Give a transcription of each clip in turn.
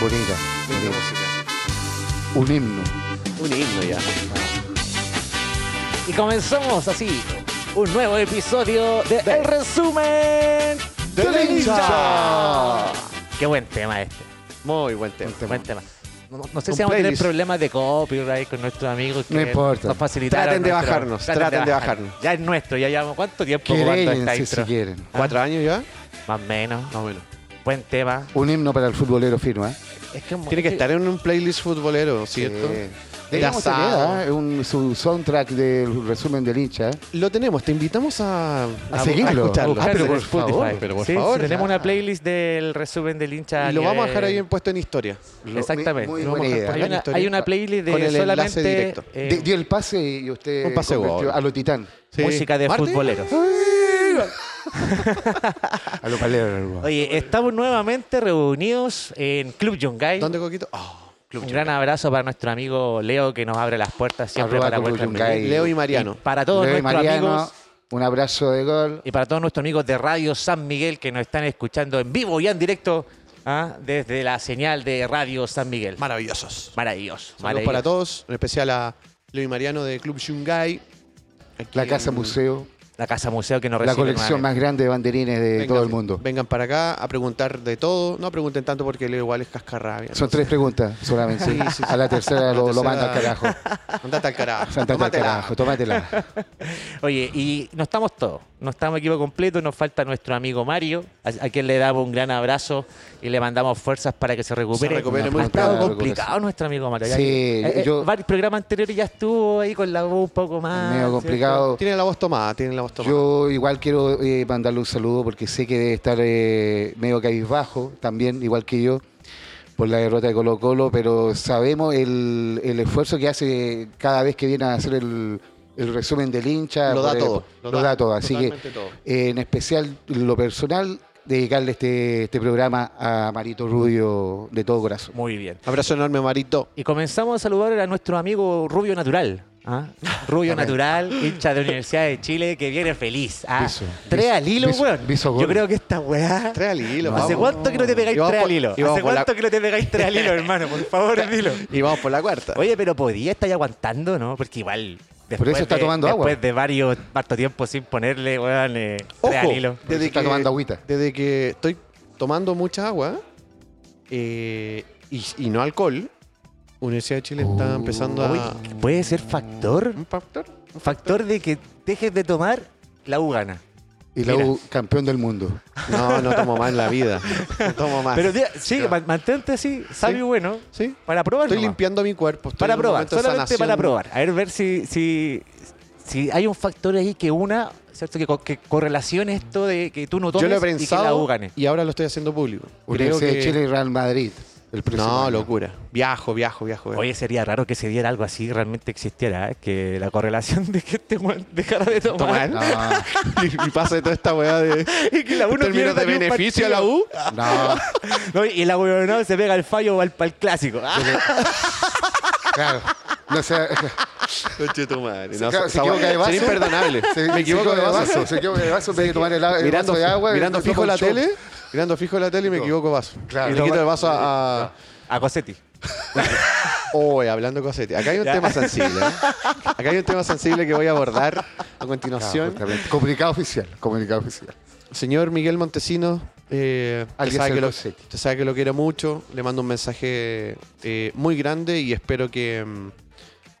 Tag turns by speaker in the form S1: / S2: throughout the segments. S1: Bonita.
S2: Linda
S1: bonita.
S2: música.
S1: Un himno.
S2: Un himno ya. Y comenzamos así un nuevo episodio de El Resumen
S1: ¡Del hincha!
S2: Qué buen tema este. Muy buen tema.
S1: Buen tema.
S2: Buen tema. No, no sé
S1: Un
S2: si vamos a tener
S1: playlist.
S2: problemas de copyright con nuestros amigos que
S1: No importa.
S2: nos facilitaron.
S3: Traten de
S2: nuestro-
S3: bajarnos, traten de
S2: bajar.
S3: bajarnos.
S2: Ya es nuestro, ya llevamos cuánto tiempo ocupando esta
S1: Querellense si
S2: intro.
S1: quieren.
S3: ¿Cuatro años ya?
S2: Más o menos.
S3: Más o menos.
S2: Buen tema.
S1: Un himno para el futbolero fino, ¿eh?
S2: Es que
S3: Tiene que estar en un playlist futbolero, ¿cierto?
S1: De
S3: Ya saben.
S1: ¿eh? un, su soundtrack del resumen del hincha. ¿eh?
S3: Lo tenemos, te invitamos a,
S1: A seguirlo.
S3: escucharlo.
S1: Ah, pero por
S2: en Spotify.
S1: favor,
S3: pero por
S2: Sí,
S3: favor,
S2: sí, tenemos
S3: ya.
S2: una playlist del resumen del hincha.
S3: Y lo
S2: que-
S3: vamos a dejar ahí en puesto en historia.
S1: Lo-
S2: Exactamente.
S1: Muy,
S3: Lo
S1: buena
S3: vamos a
S1: idea.
S2: Hay
S3: Hagan
S2: una,
S3: historia
S2: hay una playlist de
S3: con el enlace
S2: solamente
S3: directo.
S2: eh,
S1: Di- dio el pase y usted
S3: Un pase
S1: convirtió
S3: gol.
S1: a lo titán,
S3: Sí.
S2: música de
S3: Martín.
S2: futboleros.
S1: a lo palermo.
S2: Oye, estamos nuevamente reunidos en Club Yungay.
S3: ¿Dónde, Coquito? Oh, Club
S2: Un
S3: Chile.
S2: gran abrazo para nuestro amigo Leo que nos abre las puertas siempre
S1: Arroba
S2: para
S1: Club
S2: vuestras
S1: Yungay.
S2: medidas.
S3: Leo y Mariano.
S2: Y para todos
S1: Leo y
S2: nuestros
S1: Mariano,
S2: amigos
S1: un abrazo de gol.
S2: y para todos nuestros amigos de Radio San Miguel que nos están escuchando en vivo y en directo ah, desde la señal de Radio San Miguel.
S3: Maravillosos.
S2: Maravilloso.
S3: Saludos
S2: maravilloso.
S3: para todos, en especial a Leo y Mariano de Club Yungay. Aquí
S1: La casa
S3: en-
S1: museo,
S2: La casa museo que nos
S1: la
S2: recibe
S1: colección
S2: nuevamente.
S1: más grande de banderines de
S3: Vengan-
S1: todo el mundo.
S3: Vengan para acá a preguntar de todo. No pregunten tanto porque Leo igual es cascarrabia.
S1: Son tres preguntas solamente.
S3: Sí, sí, sí.
S1: A la tercera lo,
S3: La
S1: lo manda al
S3: tercera-
S1: carajo.
S3: Andate al carajo.
S1: Santa al
S3: Tómatela.
S1: carajo, tómatela.
S2: Oye, y no estamos todos, no estamos equipo completo, nos falta nuestro amigo Mario, a, a quien le damos un gran abrazo y le mandamos fuerzas para que se recupere.
S3: Se recupere
S2: Ha
S3: muy
S2: estado
S1: pronto.
S2: complicado nuestro amigo Mario. Ya
S1: Sí,
S2: que- eh, eh,
S1: yo-
S2: Varios programas anteriores ya estuvo ahí con la voz un poco
S3: Ah,
S2: más.
S1: Medio
S2: ¿cierto?
S1: complicado.
S3: Tiene la voz tomada, tiene la voz tomada.
S1: Yo igual quiero eh, mandarle un saludo porque sé que debe estar eh, medio cabizbajo también, igual que yo, por la derrota de Colo Colo, pero sabemos el, el esfuerzo que hace cada vez que viene a hacer el, el resumen del hincha.
S3: Lo da
S1: por el-
S3: todo,
S1: Lo, da, todo. Así que,
S3: totalmente todo.
S1: eh, en especial lo personal, dedicarle este, este programa a Marito Rubio de todo corazón.
S2: Muy bien.
S3: Abrazo enorme, Marito.
S2: Y comenzamos a saludar a nuestro amigo Rubio Natural. ¿ah? Rubio Natural, hincha de Universidad de Chile, que viene feliz. ¿ah?
S1: Viso,
S2: tres
S1: viso,
S2: al hilo,
S1: viso,
S2: weón.
S1: viso
S2: Yo
S1: gol.
S2: creo que esta weá.
S3: Tres al hilo,
S2: ¿Hace
S3: vamos.
S2: cuánto que no te
S3: Y
S2: pegáis
S3: vamos
S2: tres al
S3: por-
S2: hilo?
S3: y vamos
S2: ¿Hace
S3: por la-
S2: cuánto que no te pegáis tres al hilo, hermano? Por favor, dilo.
S3: Y vamos por la cuarta.
S2: Oye, pero podía estar aguantando, ¿no? Porque igual. Después
S1: eso está
S2: de,
S1: tomando agua.
S2: Después de varios, harto tiempo sin ponerle, weón, eh, tres al hilo.
S1: Por eso está tomando agüita.
S3: Desde que estoy tomando mucha agua eh, y, y no alcohol, Universidad de Chile está empezando a.
S2: Puede ser factor,
S3: ¿Un factor?
S2: factor de que dejes de tomar la U gana.
S1: Y la
S2: Mira.
S1: U, campeón del mundo.
S3: No, no tomo más en la vida. No tomo más.
S2: Pero tía, Ah, sí, ma- mantente así, sabio y bueno,
S3: sí,
S2: para probar.
S3: estoy
S2: nomás.
S3: limpiando mi cuerpo. estoy
S2: Para
S3: en un
S2: probar,
S3: momento de
S2: solamente
S3: sanación.
S2: para probar. A ver, ver si, si, si hay un factor ahí que una, ¿cierto? Que, co- que correlacione esto de que tú no
S3: Yo
S2: tomes
S3: lo he
S2: y que la U
S3: pensado
S2: gane.
S3: y ahora lo estoy haciendo público. Creo
S1: Universidad
S3: que-
S1: de Chile y Real Madrid. El próximo
S3: No,
S1: año.
S3: locura. Viajo, viajo, viajo. viajo.
S2: Oye, sería raro que se diera algo así, realmente existiera, ¿eh? que la correlación de que este weón dejara de tomar,
S3: Tomar.
S1: No.
S3: y, y pase toda esta weá de.
S2: y que la U no
S3: términos
S2: pierda
S3: de
S2: ni un
S3: beneficio a la
S2: partido.
S3: U.
S1: No,
S2: No, y la weonada se pega al fallo al, al clásico. Ah,
S1: claro. No sea,
S3: Conche tu madre.
S1: se,
S3: No,
S1: claro,
S3: esa
S1: se equivoca
S3: weá-
S1: de vaso.
S3: Sería imperdonable.
S1: Se,
S3: me
S1: se
S3: equivoco de vaso.
S1: Se equivoca de vaso en vez de tomar el, el
S3: mirando,
S1: vaso de agua.
S3: mirando
S1: lo
S3: fijo
S1: toma
S3: la
S1: un shot.
S3: tele. Mirando fijo la tele y me
S1: No.
S3: equivoco de vaso.
S1: Claro.
S3: Y le quito el vaso a. a-
S2: a Cosetti.
S3: Oye, hablando cosete. Acá hay un
S2: Ya.
S3: tema sensible. ¿eh? Acá hay un tema sensible que voy a abordar a continuación.
S1: Exactamente. Comunicado oficial. Comunicado oficial.
S3: Señor Miguel Montesino, eh, usted,
S1: Alguien
S3: sabe
S1: se
S3: que
S1: lo
S3: lo,
S1: acepte.
S3: usted sabe que lo quiero mucho. Le mando un mensaje eh, muy grande y espero que mm,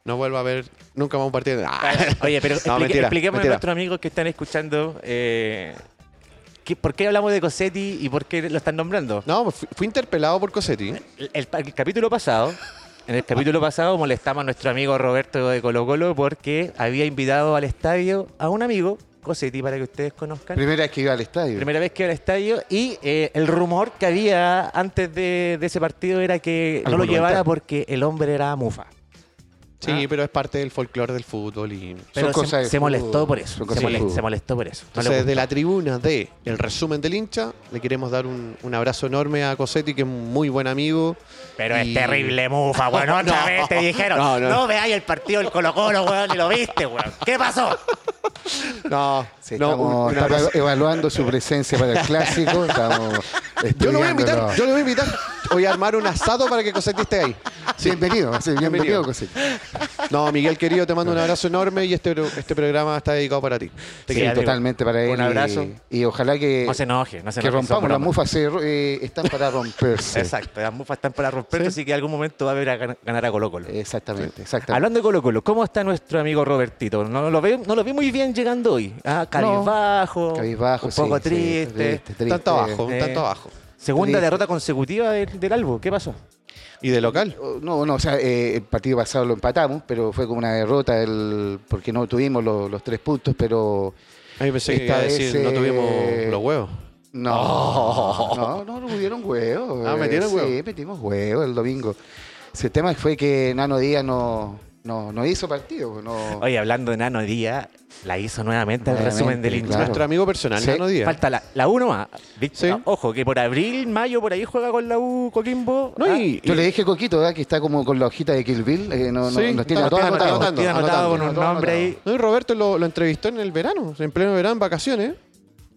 S3: no vuelva a ver nunca más un partido. Ah.
S2: Oye, pero
S3: No,
S2: explique-
S3: mentira,
S2: expliquemos
S3: mentira.
S2: a nuestros amigos que están escuchando eh, que- por qué hablamos de Cosetti y por qué lo están nombrando.
S3: No, fui, fui interpelado por Cosetti.
S2: El, el pa- el capítulo pasado, en el capítulo pasado molestamos a nuestro amigo Roberto de Colo Colo porque había invitado al estadio a un amigo, Cosetti, para que ustedes conozcan.
S1: Primera vez que iba al estadio.
S2: Primera vez que iba al estadio y eh, el rumor que había antes de, de ese partido era que
S1: Al
S2: no lo
S1: Monumental.
S2: llevara porque el hombre era mufa.
S3: Sí,
S2: Ah.
S3: pero es parte del folclore del fútbol y
S2: Pero
S1: cosas
S2: se,
S1: de
S2: se
S1: fútbol,
S2: molestó por eso.
S1: son
S2: Se,
S1: cosas
S2: molest-
S1: de fútbol.
S2: se molestó por eso. No le
S3: Entonces, desde
S2: gustó.
S3: la tribuna de El Resumen del Hincha, le queremos dar un, un abrazo enorme a Cosetti, que es un muy buen amigo.
S2: Pero
S3: Y-
S2: es terrible, mufa, weón. Otra
S3: No,
S2: vez te dijeron,
S3: no,
S2: no,
S3: no.
S2: veáis el partido del Colo Colo, weón, y lo viste, weón. ¿Qué pasó?
S3: No,
S1: Sí,
S3: no,
S1: estamos,
S3: un- un
S1: estamos
S3: abrazo.
S1: evaluando su presencia para el clásico. Estamos
S3: Yo lo voy a invitar,
S1: estudiándolo.
S3: yo lo voy a invitar. voy a armar un asado para que Cosetti esté ahí.
S1: Bienvenido, sí, bienvenido,
S3: Bienvenido.
S1: Cosetti.
S3: No, Miguel querido, te mando un abrazo enorme y este, pro- este programa está dedicado para ti.
S2: Te
S1: Sí,
S2: quería-
S1: totalmente para él.
S2: Un
S1: y-
S2: abrazo.
S1: Y, ojalá que,
S2: No se enoje, no se
S1: que
S2: enoje, son
S1: rompamos. Las
S2: bromas.
S1: mufas se ro- eh, están para romperse.
S2: Exacto, las mufas están para romper, así que en algún momento va a haber a gan- ganar a Colo Colo.
S1: Exactamente, exactamente.
S2: Hablando de Colo Colo, ¿cómo está nuestro amigo Robertito? No lo ve, no lo vi muy bien llegando hoy. Ah, cabizbajo,
S1: Cabizbajo,
S2: un poco
S1: sí, sí,
S2: triste.
S1: triste.
S3: Tanto abajo, un
S2: Eh.
S3: tanto abajo.
S2: Segunda
S1: Triste.
S2: derrota consecutiva del, del Albo, ¿qué pasó?
S3: ¿Y de local?
S1: Oh, No, no, o sea, eh, el partido pasado lo empatamos, pero fue como una derrota el, porque no tuvimos lo- los tres puntos, pero
S3: A mí pensé que
S1: Esta
S3: iba a decir,
S1: vez,
S3: no
S1: eh,
S3: tuvimos los huevos.
S1: no. No, no, no tuvieron huevos.
S3: Ah,
S1: eh,
S3: ¿metieron huevos?
S1: Sí, metimos huevos el domingo. Si el tema fue que Nano Díaz no, no, no hizo partido. No,
S2: Oye, hablando de Nano Díaz, la hizo nuevamente el
S1: Nuevamente,
S2: resumen del hincha.
S1: claro.
S3: Nuestro amigo personal,
S1: Sí.
S3: Nano Díaz.
S2: Falta la, la 1 más. Víctor,
S3: Sí.
S2: Ojo, que por abril, mayo, por ahí juega con la U Coquimbo.
S3: No,
S2: Ah,
S3: y,
S1: Yo le dije a Coquito, ¿verdad? Que está como con la hojita de Kill Bill. eh, no, no,
S3: Sí,
S1: nos tiene
S3: está-
S1: a todos
S3: está
S1: anotados.
S3: anotando.
S2: tiene anotado con un
S1: anotando,
S2: nombre ahí.
S3: No, y Roberto lo, lo entrevistó en el verano, en pleno verano, en vacaciones.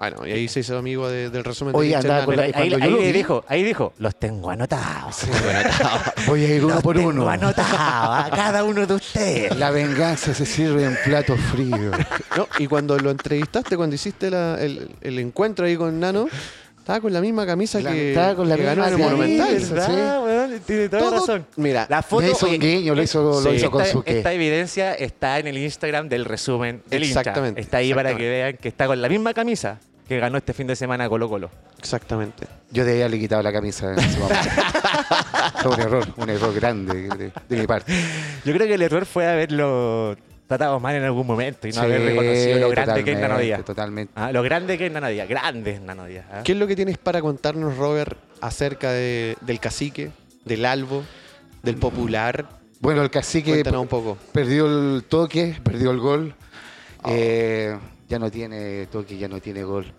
S3: Ah, no, y ahí se hizo amigo de- del resumen
S1: Oye,
S3: del hincha
S1: andaba
S3: del
S1: con
S3: Nano.
S1: la-
S2: Ahí,
S1: cuando yo
S2: ahí
S1: lo
S2: le
S1: vi-
S2: dijo, ahí dijo, los tengo anotados.
S1: Voy a ir uno
S2: Los
S1: por
S2: tengo
S1: uno.
S2: anotados a cada uno de ustedes.
S1: La venganza se sirve en plato frío.
S3: No, y cuando lo entrevistaste, cuando hiciste la- el, el encuentro ahí con Nano, estaba con la misma camisa
S1: La-
S3: que,
S1: estaba con la
S3: que
S1: misma
S3: ganó en el
S1: camisa,
S3: Monumental.
S1: sí.
S2: ¿verdad, weón? Tiene toda
S3: Todo-
S2: razón.
S3: Mira,
S2: la foto.
S1: le hizo un
S2: oye, eh,
S1: guiño, lo hizo, lo
S3: sí.
S1: hizo con
S2: esta,
S1: su qué.
S2: esta evidencia está en el Instagram del resumen del hincha.
S3: Exactamente,
S2: Está ahí para que
S3: exactamente.
S2: vean que está con la misma camisa que ganó este fin de semana Colo Colo.
S3: Exactamente.
S1: Yo debía haberle quitado la camisa en ese momento. Fue un error, un error grande de, de mi parte.
S2: Yo creo que el error fue haberlo tratado mal en algún momento y no
S1: Sí,
S2: haber reconocido lo grande
S1: totalmente,
S2: que es Nano Díaz.
S1: Totalmente.
S2: Ah, lo grande que es Nano Díaz. Grande es Nano Díaz. ah.
S3: ¿Qué es lo que tienes para contarnos, Robert, acerca de- del cacique, del albo, del popular?
S1: Bueno, el cacique
S3: Cuéntanos un poco.
S1: perdió el toque, perdió el gol.
S3: Oh.
S1: Eh, ya no tiene toque, ya no tiene gol.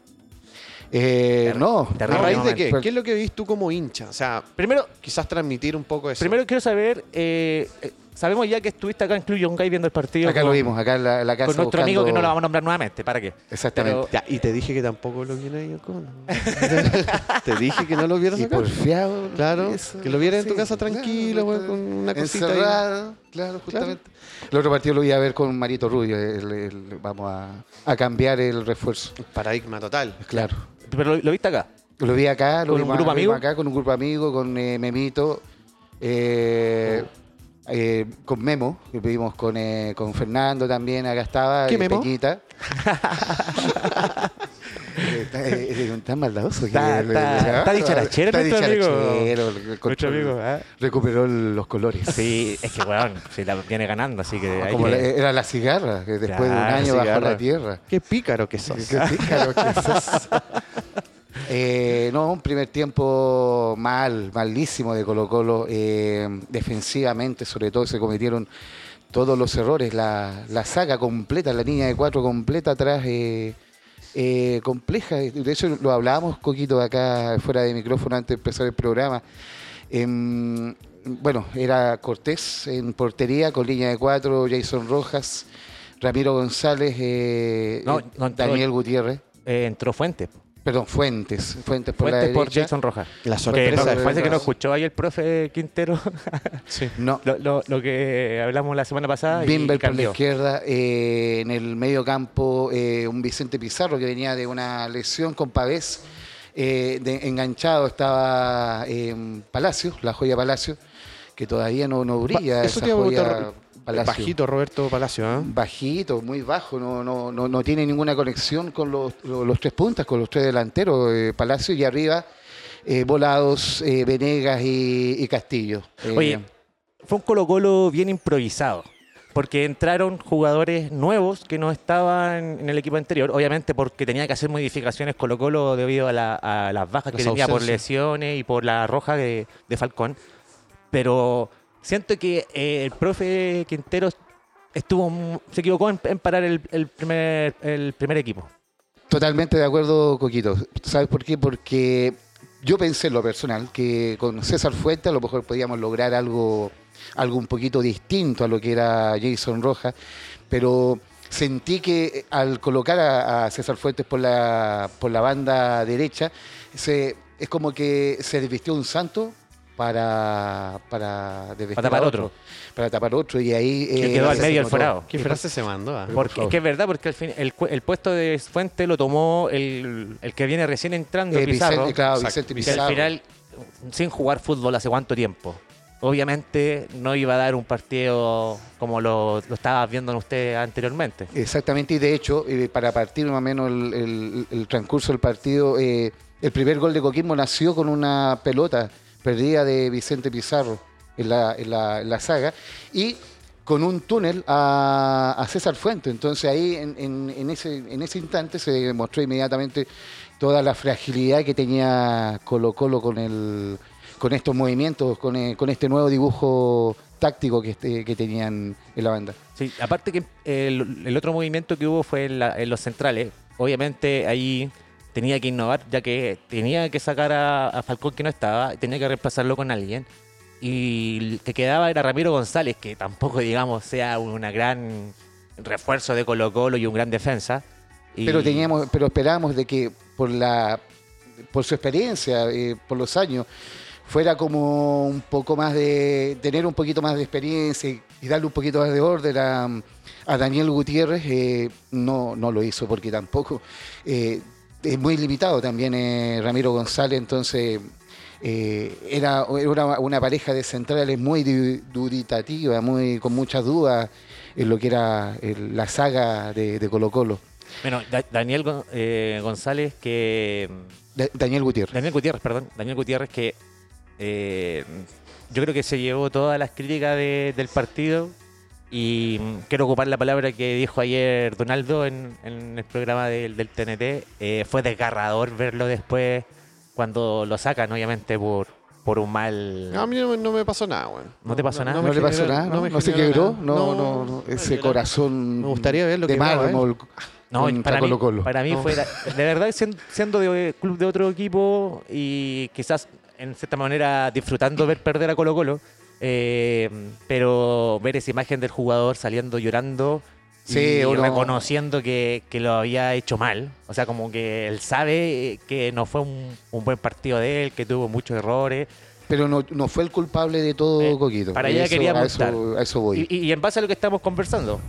S1: Eh,
S2: Ter-
S1: no.
S3: ¿A
S2: terrible.
S3: raíz de
S2: Robert.
S3: qué?
S1: pues-
S3: ¿Qué es lo que viste tú como hincha? O sea,
S2: Primero,
S3: quizás transmitir un poco eso.
S2: primero quiero saber. eh, eh, sabemos ya que estuviste acá en Club Yungay viendo el partido.
S1: Acá
S2: con-
S1: lo vimos, acá en la, en la casa.
S2: Con nuestro
S1: buscando-
S2: amigo que no lo vamos a nombrar nuevamente, ¿para qué?
S1: Exactamente.
S2: Pero-
S3: Ya, y te dije que tampoco lo viera yo con. te dije que no lo vieras
S1: Y
S3: acá.
S1: porfiado.
S3: Claro, que lo viera en tu
S1: sí,
S3: casa
S1: claro,
S3: tranquilo, weón, con una cosita ahí.
S1: Encerrado, claro, justamente. El otro partido lo voy a ver con Marito Rubio. el- el- vamos a, a cambiar el refuerzo.
S3: Paradigma total.
S1: Claro.
S2: Pero lo, lo viste acá.
S1: Lo vi acá, lo
S2: ¿Con un
S1: vimos-
S2: grupo
S1: lo vimos
S2: amigo?
S1: acá con un grupo amigo, con eh, Memito, eh, eh, con Memo, que vimos con, eh, con Fernando también, acá estaba,
S3: ¿Qué
S1: eh,
S3: Memo?
S1: Peñita. Eh, está- eh, eh, tan maldadoso que
S2: Está-
S1: el- el-
S2: está-
S1: el-
S2: está dicharachero
S1: está
S2: nuestro amigo.
S1: dicharachero, el- el
S2: Nuestro
S1: control-
S2: amigo, ¿eh?
S1: recuperó el- los colores
S2: Sí, es que weón, si la viene ganando, así que. hay
S1: Ah, como
S2: que-
S1: la- eh, era la cigarra que después de un
S2: Claro,
S1: año bajó
S3: cigarra.
S1: la tierra
S3: Qué pícaro que sos.
S1: Qué pícaro que sos. Eh, no, un primer tiempo mal, malísimo de Colo Colo. eh, defensivamente, sobre todo, se cometieron todos los errores. La, la saga completa, la línea de cuatro completa atrás, eh, eh, compleja. De hecho, lo hablábamos coquito acá fuera de micrófono antes de empezar el programa. Em, bueno, era Cortés en portería con línea de cuatro, Jason Rojas, Ramiro González, eh,
S2: No,
S1: eh,
S2: no entró-
S1: Daniel Gutiérrez,
S2: eh, entró Fuentes.
S1: perdón, Fuentes, Fuentes por
S2: Fuentes
S1: la
S2: por
S1: derecha.
S2: Jason Rojas.
S3: La
S2: Que no,
S3: sorpresa.
S1: Sorpresa.
S2: parece que no escuchó ahí el profe Quintero
S3: Sí.
S1: No,
S2: lo, lo- lo que hablamos la semana pasada. y- y
S1: Bimber por la
S2: cambió.
S1: izquierda, eh, en el medio campo eh, un Vicente Pizarro que venía de una lesión con Pavés, eh, de- enganchado estaba eh, Palacio, la joya Palacio, que todavía no, no brilla.
S3: Pa- Eso
S1: esa
S3: te iba a
S1: joya
S3: preguntar,
S1: Palacio.
S3: Bajito Roberto Palacio, ¿ah?
S1: bajito, muy bajo, no, no, no, no tiene ninguna conexión con los, lo- los tres puntas, con los tres delanteros, eh, Palacio y arriba, eh, Volados, eh, Venegas y, y Castillo. Eh,
S2: Oye, fue un Colo-Colo bien improvisado. Porque entraron jugadores nuevos que no estaban en el equipo anterior. Obviamente porque tenía que hacer modificaciones Colo-Colo debido a, la- a las bajas que
S3: Las
S2: tenía por
S3: ausencias.
S2: lesiones y por la roja de, de Falcón. Pero siento que eh, el profe Quinteros estuvo mu- se equivocó en, en parar el, el primer, el primer equipo.
S1: Totalmente de acuerdo, Coquito. ¿Sabes por qué? Porque yo pensé en lo personal que con César Fuente a lo mejor podíamos lograr algo, algo un poquito distinto a lo que era Jason Rojas, pero sentí que eh, al colocar a, a César Fuentes por la, por la banda derecha, se, es como que se desvistió un santo para, para desvestir
S2: Para tapar
S1: a
S2: otro.
S1: Para tapar otro. Y ahí.
S2: Que
S1: eh,
S2: quedó al
S1: se
S2: medio el
S1: notó.
S2: forado.
S3: ¿Qué frase se mandó? ah?
S1: Por
S2: Porque,
S1: favor.
S2: es que es verdad, porque al fin el, cu- el puesto de Fuente lo tomó el, el que viene recién entrando,
S1: Eh,
S2: Pizarro,
S1: Vicente, claro, Vicente
S2: que
S3: Exacto.
S1: Pizarro.
S2: al final, sin jugar fútbol hace cuánto tiempo, obviamente no iba a dar un partido como lo, lo estaba viendo usted anteriormente.
S1: Exactamente, y de hecho, eh, para partir más o menos el, el- el transcurso del partido, eh, el primer gol de Coquimbo nació con una pelota perdida de Vicente Pizarro en la, en la- en la saga y con un túnel a, a César Fuente. Entonces ahí en, en- en ese, en ese instante se mostró inmediatamente toda la fragilidad que tenía Colo Colo con, el, con estos movimientos, con, eh, con este nuevo dibujo táctico que, este- que tenían en la banda.
S2: Sí, aparte que eh, el, el otro movimiento que hubo fue en, la- en los centrales. Obviamente ahí tenía que innovar, ya que tenía que sacar a, a Falcón que no estaba, tenía que reemplazarlo con alguien. Y el que quedaba era Ramiro González, que tampoco, digamos, sea una gran refuerzo de Colo Colo y un gran defensa. Y-
S1: Pero teníamos, pero esperábamos de que por la por su experiencia, eh, por los años, fuera como un poco más de tener un poquito más de experiencia y, y darle un poquito más de orden a, a Daniel Gutiérrez, eh, no, no lo hizo porque tampoco eh, es muy limitado también eh, Ramiro González, entonces eh, era, era una, una pareja de centrales muy du- duditativa, muy, con muchas dudas en lo que era el- la saga de, de Colo Colo.
S2: Bueno, Da- Daniel Gon- eh, González, que
S1: Da- Daniel Gutiérrez.
S2: Daniel Gutiérrez, perdón. Daniel Gutiérrez que eh, yo creo que se llevó todas las críticas de- del partido y mm, quiero ocupar la palabra que dijo ayer Donaldo en, en el programa del, del TNT. Eh, fue desgarrador verlo después cuando lo sacan, obviamente, por, por un mal...
S3: No, a mí no, me- no me pasó nada, weón.
S2: ¿No te pasó
S1: No,
S2: nada?
S3: me
S1: le pasó
S3: generó-
S1: nada, ¿no?
S3: me
S1: No se
S3: generó
S1: quebró,
S3: nada.
S1: no, no, no, ese
S3: no,
S1: corazón
S3: Me gustaría ver lo
S1: de
S3: que graba él.
S1: mármol
S2: No, y
S1: contra
S2: para mí,
S1: Colo-Colo.
S2: para mí
S3: No.
S2: fue, la- de verdad, sien- siendo de club de otro equipo y quizás en cierta manera disfrutando ver perder a Colo Colo, pero ver esa imagen del jugador saliendo llorando y
S1: Sí, uno-
S2: reconociendo que, que lo había hecho mal, o sea, como que él sabe que no fue un, un buen partido de él, que tuvo muchos errores,
S1: Pero no, no fue el culpable de todo
S2: Eh,
S1: Coquito.
S2: para allá
S1: Eso-
S2: quería
S1: a eso,
S2: apuntar.
S1: a eso voy.
S2: Y, y- y en base a lo que estamos conversando,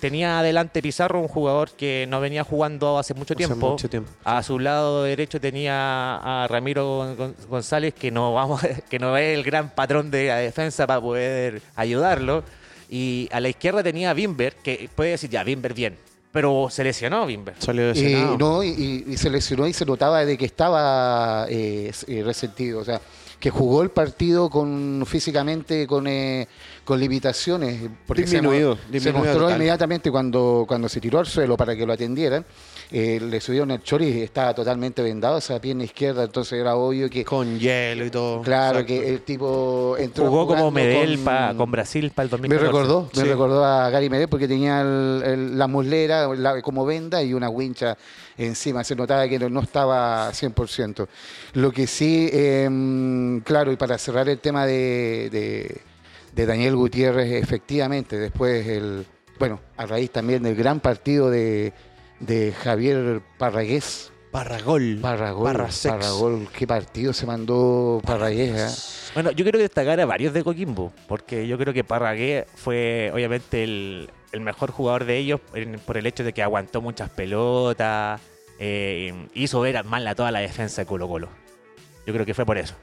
S2: tenía adelante Pizarro, un jugador que no venía jugando hace mucho
S3: Hace
S2: tiempo.
S3: mucho tiempo.
S2: A su lado derecho tenía a Ramiro Gon- González, que no, vamos, que no es el gran patrón de la defensa para poder ayudarlo. Y a la izquierda tenía a Bimber, que puede decir ya, Bimber bien. Pero se lesionó Bimber.
S3: Salió
S1: Y,
S3: lesionado.
S1: Eh, no, y, y- y se lesionó y se notaba de que estaba eh, s- eh, resentido. O sea, que jugó el partido con físicamente con, eh, con limitaciones. Porque se mo-
S3: Disminuido,
S1: se,
S3: disminuido
S1: mostró
S3: total.
S1: inmediatamente cuando, cuando se tiró al suelo para que lo atendieran. eh, le subieron el chori y estaba totalmente vendado esa pierna izquierda. Entonces era obvio que.
S3: Con hielo y todo.
S1: Claro,
S3: Exacto.
S1: que el tipo entró.
S2: Jugó como
S1: jugando
S2: Medel
S1: con-
S2: pa- con Brasil para el 2014.
S1: me recordó, me
S3: Sí.
S1: recordó a Gary Medel porque tenía el- el- la muslera la- como venda y una wincha encima. Se notaba que no, no estaba 100%. Lo que sí, eh, claro, y para cerrar el tema de, de- de Daniel Gutiérrez, efectivamente, después el. Bueno, a raíz también del gran partido de, de Javier Parragués.
S3: Parragol.
S1: Parragol,
S3: Parrasex.
S1: Parragol, qué partido se mandó Parragués. ¿eh?
S2: Bueno, yo quiero destacar a varios de Coquimbo, porque yo creo que Parragué fue obviamente el, el mejor jugador de ellos en- por el hecho de que aguantó muchas pelotas, eh, hizo ver mal a toda la defensa de Colo Colo. Yo creo que fue por eso.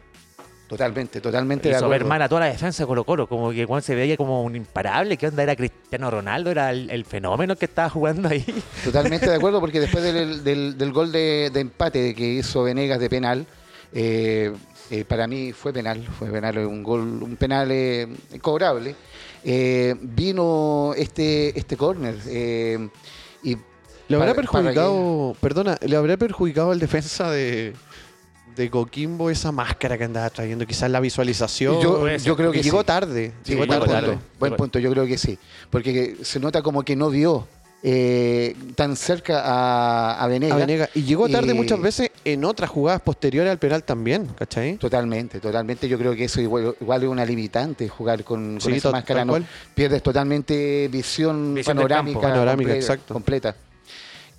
S1: Totalmente, totalmente de
S2: Hizo ver
S1: acuerdo.
S2: mal a toda la defensa de Colo Colo, como que Juan se veía como un imparable, ¿qué onda? Era Cristiano Ronaldo, era el, el fenómeno que estaba jugando ahí.
S1: Totalmente de acuerdo, porque después del, del- del gol de, de empate que hizo Venegas de penal, eh, eh, para mí fue penal, fue penal, un gol, un penal eh, cobrable. eh, vino este este corner eh, y
S3: ¿Le habrá
S1: para- para
S3: perjudicado, perdona, le habrá perjudicado al defensa de, de Coquimbo esa máscara que andaba trayendo? Quizás la visualización.
S1: Yo-
S3: Puede ser,
S1: yo creo
S3: porque
S1: que
S3: llegó
S1: sí.
S3: tarde.
S1: Sí,
S3: llegó
S1: buen
S3: tarde.
S1: punto, buen punto, yo creo que sí. Porque se nota como que no vio eh, tan cerca a, a
S3: A
S1: Venegas.
S3: Venegas. Y llegó tarde
S1: Y-
S3: muchas veces en otras jugadas posteriores al penal también, ¿cachai?
S1: Totalmente, totalmente. Yo creo que eso igual, igual es una limitante, jugar con, con
S3: Sí,
S1: esa
S3: to-
S1: máscara.
S3: tal
S1: no.
S3: cual.
S1: pierdes totalmente visión,
S2: Visión del
S1: panorámica,
S2: campo.
S3: Panorámica,
S1: completa,
S3: exacto.
S1: completa.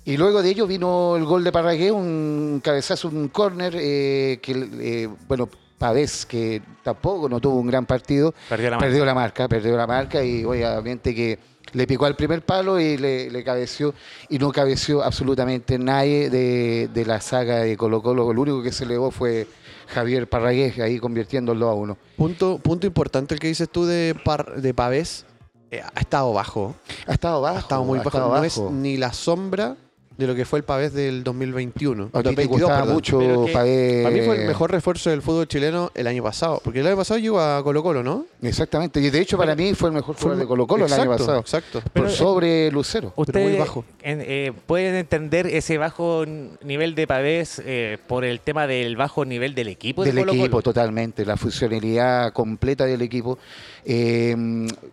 S1: Y luego de ello vino el gol de Parragué, un cabezazo, un córner eh, que, eh, bueno, Pavés, que tampoco no tuvo un gran partido,
S2: Perdió la
S1: perdió la marca, perdió la marca y obviamente que le picó al primer palo y le, le cabeció y no cabeció absolutamente nadie de, de la saga de Colo Colo. Lo único que se elevó fue Javier Parragués ahí convirtiéndolo a uno.
S3: Punto, punto importante el que dices tú de, Par- de Pavés. eh, ha estado bajo.
S1: Ha estado bajo.
S3: Ha estado muy
S1: ha
S3: bajo.
S1: estado
S3: no es
S1: bajo.
S3: ni la sombra de lo que fue el Pavés del
S1: A
S3: 2021.
S1: ti te
S3: 2022,
S1: gustaba
S3: perdón.
S1: mucho
S2: Pero que
S1: Pavés.
S3: Para mí fue el mejor refuerzo del fútbol chileno el año pasado. Porque el año pasado llegó a Colo Colo, ¿no?
S1: Exactamente. Y de hecho, para mí fue el mejor jugador de Colo Colo el año
S3: Exacto, eh,
S1: pasado.
S3: Exacto.
S2: Pero-
S1: por sobre Lucero.
S3: pero muy
S2: Ustedes
S3: bajo.
S2: en- eh, pueden entender ese bajo n- nivel de Pavés eh, por el tema del bajo nivel del equipo de
S1: Del
S2: Colo-Colo?
S1: equipo, totalmente. La funcionalidad completa del equipo. Eh,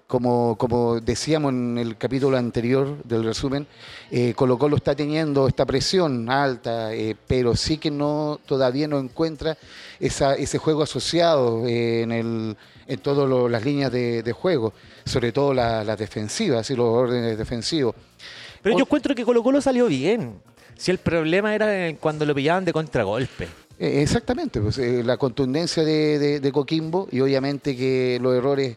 S1: como, como decíamos en el capítulo anterior del resumen, eh, Colo Colo está teniendo esta presión alta, eh, pero sí que no todavía no encuentra esa, ese juego asociado eh, en, el, en todas las líneas de, de juego, sobre todo la- las defensivas y los órdenes defensivos.
S2: Pero yo encuentro que Colo Colo salió bien. Si el problema era en cuando lo pillaban de contragolpe.
S1: Eh, Exactamente, pues, eh, la contundencia de, de- de Coquimbo y obviamente que los errores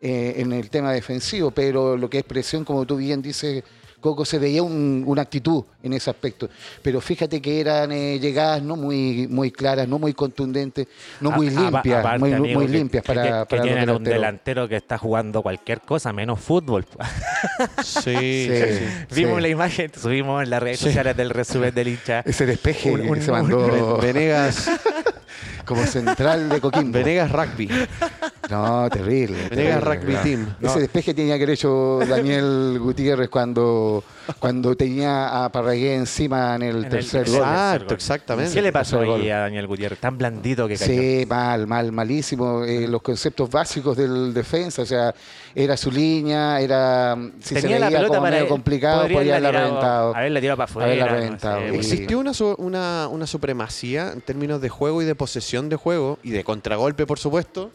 S1: eh, en el tema defensivo, pero lo que es presión, como tú bien dices, Coco, se veía un- una actitud en ese aspecto. Pero fíjate que eran eh, llegadas no muy, muy claras, no muy contundentes, no
S2: A-
S1: muy
S2: a-
S1: limpias,
S2: aparte,
S1: muy,
S2: amigo,
S1: muy
S2: que-
S1: limpias
S2: que-
S1: para,
S2: que
S1: para los
S2: tienen a un
S1: delanteros.
S2: delantero que está jugando cualquier cosa menos fútbol.
S3: eh, Sí,
S1: Sí,
S3: sí, sí.
S2: Vimos
S1: sí.
S2: la imagen, subimos en las redes sociales del resumen del hincha.
S1: Ese despeje
S2: Un- un-
S1: que se mandó
S3: Ven- Venegas,
S1: como central de Coquimbo.
S3: Venegas Rugby.
S1: No, terrible.
S3: Venegas
S1: terrible,
S3: Rugby
S1: no.
S3: Team.
S1: Ese despeje tenía que haber hecho Daniel Gutiérrez cuando, cuando tenía a Parragué encima en el
S2: En el
S1: tercer
S2: tercer
S1: gol.
S2: gol.
S3: Exacto, exactamente.
S2: ¿Qué le pasó
S1: Pasó el
S2: ahí
S1: gol.
S2: a Daniel Gutiérrez? Tan blandito que cayó.
S1: Sí, mal, mal, malísimo. Eh, los conceptos básicos del defensa, o sea, era su línea, era. Si
S2: Tenía
S1: se
S2: la
S1: veía
S2: pelota
S1: como
S2: para
S1: medio complicado,
S2: podría
S1: podía
S2: haberla
S1: haberla
S2: tirado-
S1: reventado.
S2: Haberla tirado para afuera.
S1: Haberla
S2: no sé,
S1: reventado.
S2: muy-
S1: Existe
S3: Existió una, su- una, una supremacía en términos de juego y de posesión de juego y de contragolpe, por supuesto,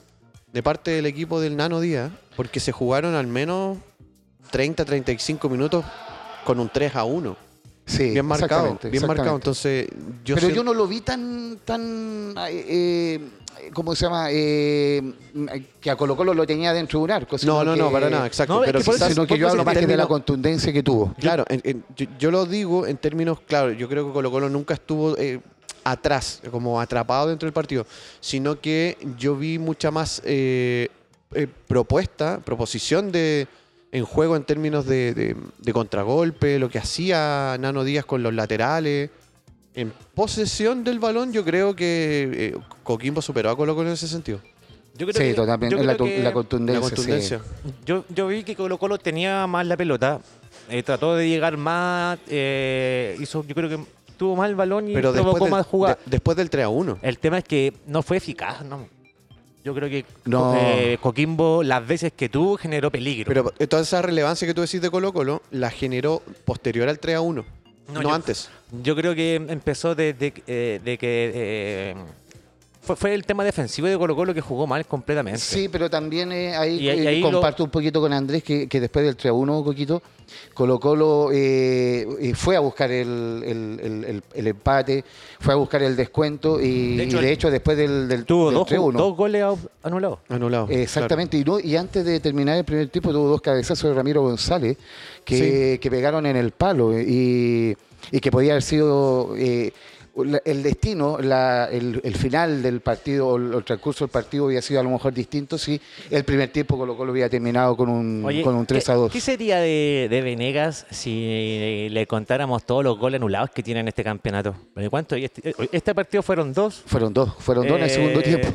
S3: de parte del equipo del Nano Díaz, porque se jugaron al menos 30, 35 minutos con un 3 a 1.
S1: Sí,
S3: Bien marcado,
S1: exactamente,
S3: bien marcado.
S1: exactamente.
S3: Entonces, yo
S1: Pero
S3: siento-
S1: yo no lo vi tan. tan eh, eh, ¿Cómo se llama? Eh, que a Colo Colo lo tenía dentro de un arco. sino
S3: No, no, no,
S1: que-
S3: para nada, exacto.
S2: No, es
S3: pero
S2: que por
S3: quizás-
S1: Sino que yo
S3: porque
S1: hablo
S3: en
S1: más que de la
S3: términos-
S1: contundencia que tuvo.
S3: Claro, en- en- yo, yo lo digo en términos, claro, yo creo que Colo Colo nunca estuvo eh, atrás, como atrapado dentro del partido, sino que yo vi mucha más eh, eh, propuesta, proposición de en juego en términos de, de- de contragolpe, lo que hacía Nano Díaz con los laterales. En posesión del balón, yo creo que eh, Coquimbo superó a Colo Colo en ese sentido.
S2: Yo creo
S1: Sí,
S2: que-
S1: totalmente.
S2: yo
S1: La,
S2: creo
S1: tu-
S2: que-
S1: la
S3: La
S1: contundencia. sí.
S3: contundencia.
S2: Yo, yo vi que Colo Colo tenía más la pelota, eh, trató de llegar más, eh, hizo, yo creo que tuvo más el balón y
S3: Pero después
S2: provocó
S3: del,
S2: más jugadas.
S3: de- después del 3 a 1.
S2: El tema es que no fue eficaz, ¿no? Yo creo que
S1: No.
S2: eh, Coquimbo las veces que tuvo generó peligro.
S3: Pero toda esa relevancia que tú decís de Colo Colo la generó posterior al 3 a 1. No,
S2: yo-
S3: antes.
S2: Yo creo que empezó desde que- eh, de que... eh, fue, fue el tema defensivo de Colo Colo que jugó mal completamente.
S1: Sí, pero también eh, ahí,
S2: Y ahí-
S1: eh,
S2: ahí lo-
S1: comparto un poquito con Andrés que, que después del 3 a 1, Coquito, Colo Colo eh, eh, fue a buscar el, el- el- el- el empate, fue a buscar el descuento y y
S2: De
S1: de
S2: hecho,
S1: hecho,
S2: el-
S1: después del, del,
S2: Tuvo
S1: del
S2: dos,
S1: 3 a 1.
S2: dos goles au- anulados.
S3: Anulado.
S1: Exactamente, y, no- y antes de terminar el primer tiempo tuvo dos cabezazos de Ramiro González que, que pegaron en el palo eh, y, y que podía haber sido eh, la- el destino, la- el, el final del partido o el, el transcurso del partido hubiera sido a lo mejor distinto si el primer tiempo Colo Colo hubiera terminado con un,
S2: Oye,
S1: con un 3
S2: ¿qué-
S1: a 2.
S2: ¿Qué sería de, de Venegas si eh, le contáramos todos los goles anulados que tiene en este campeonato? Bueno, ¿Cuánto? Y Este, este partido fueron dos.
S1: Fueron dos, fueron dos en el
S2: Eh,
S1: segundo tiempo.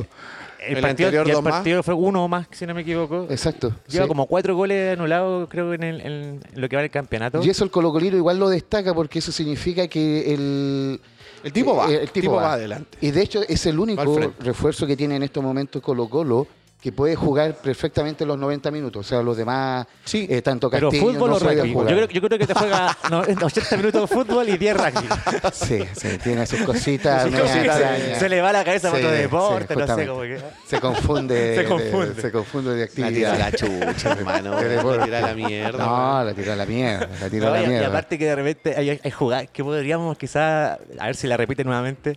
S2: El,
S3: El
S2: partido,
S3: anterior
S2: y el
S3: dos más.
S2: partido fue uno más, si no me equivoco.
S1: Exacto.
S2: Lleva
S1: sí.
S2: como cuatro goles anulados, creo, en, el- en lo que va el campeonato.
S1: Y eso el colocolino igual lo destaca porque eso significa que el...
S3: El tipo va.
S1: eh,
S3: El tipo, va. adelante.
S1: Y de hecho es el
S3: Va al
S1: único
S3: frente.
S1: refuerzo que tiene en estos momentos Colo Colo que puede jugar perfectamente los 90 minutos. O sea, los demás,
S3: Sí.
S1: eh, tanto
S2: Pero
S1: Castillo,
S2: fútbol
S1: no
S2: o
S1: sabía
S2: rugby. Yo
S1: jugar.
S2: creo, yo creo que te juega no, 80 minutos de fútbol y 10 rugby.
S1: Ah, Sí, sí, tiene sus cositas.
S2: Sí,
S1: media
S2: se,
S1: extrañas.
S2: se le va la cabeza a
S1: Sí,
S2: otro
S1: sí,
S2: deporte, no sé
S1: justamente.
S2: cómo que.
S1: Se confunde.
S2: Se
S1: de-
S2: confunde.
S1: se confunde de
S3: La tira a
S1: actividad.
S3: la chucha, hermano.
S1: Pero bueno.
S3: La tira a la mierda.
S1: No, la tira a la mierda. La tira
S2: No,
S1: a
S2: y-
S1: la
S2: y
S1: mierda.
S2: aparte que de repente hay, hay jugadas que podríamos quizás, a ver si la repite nuevamente,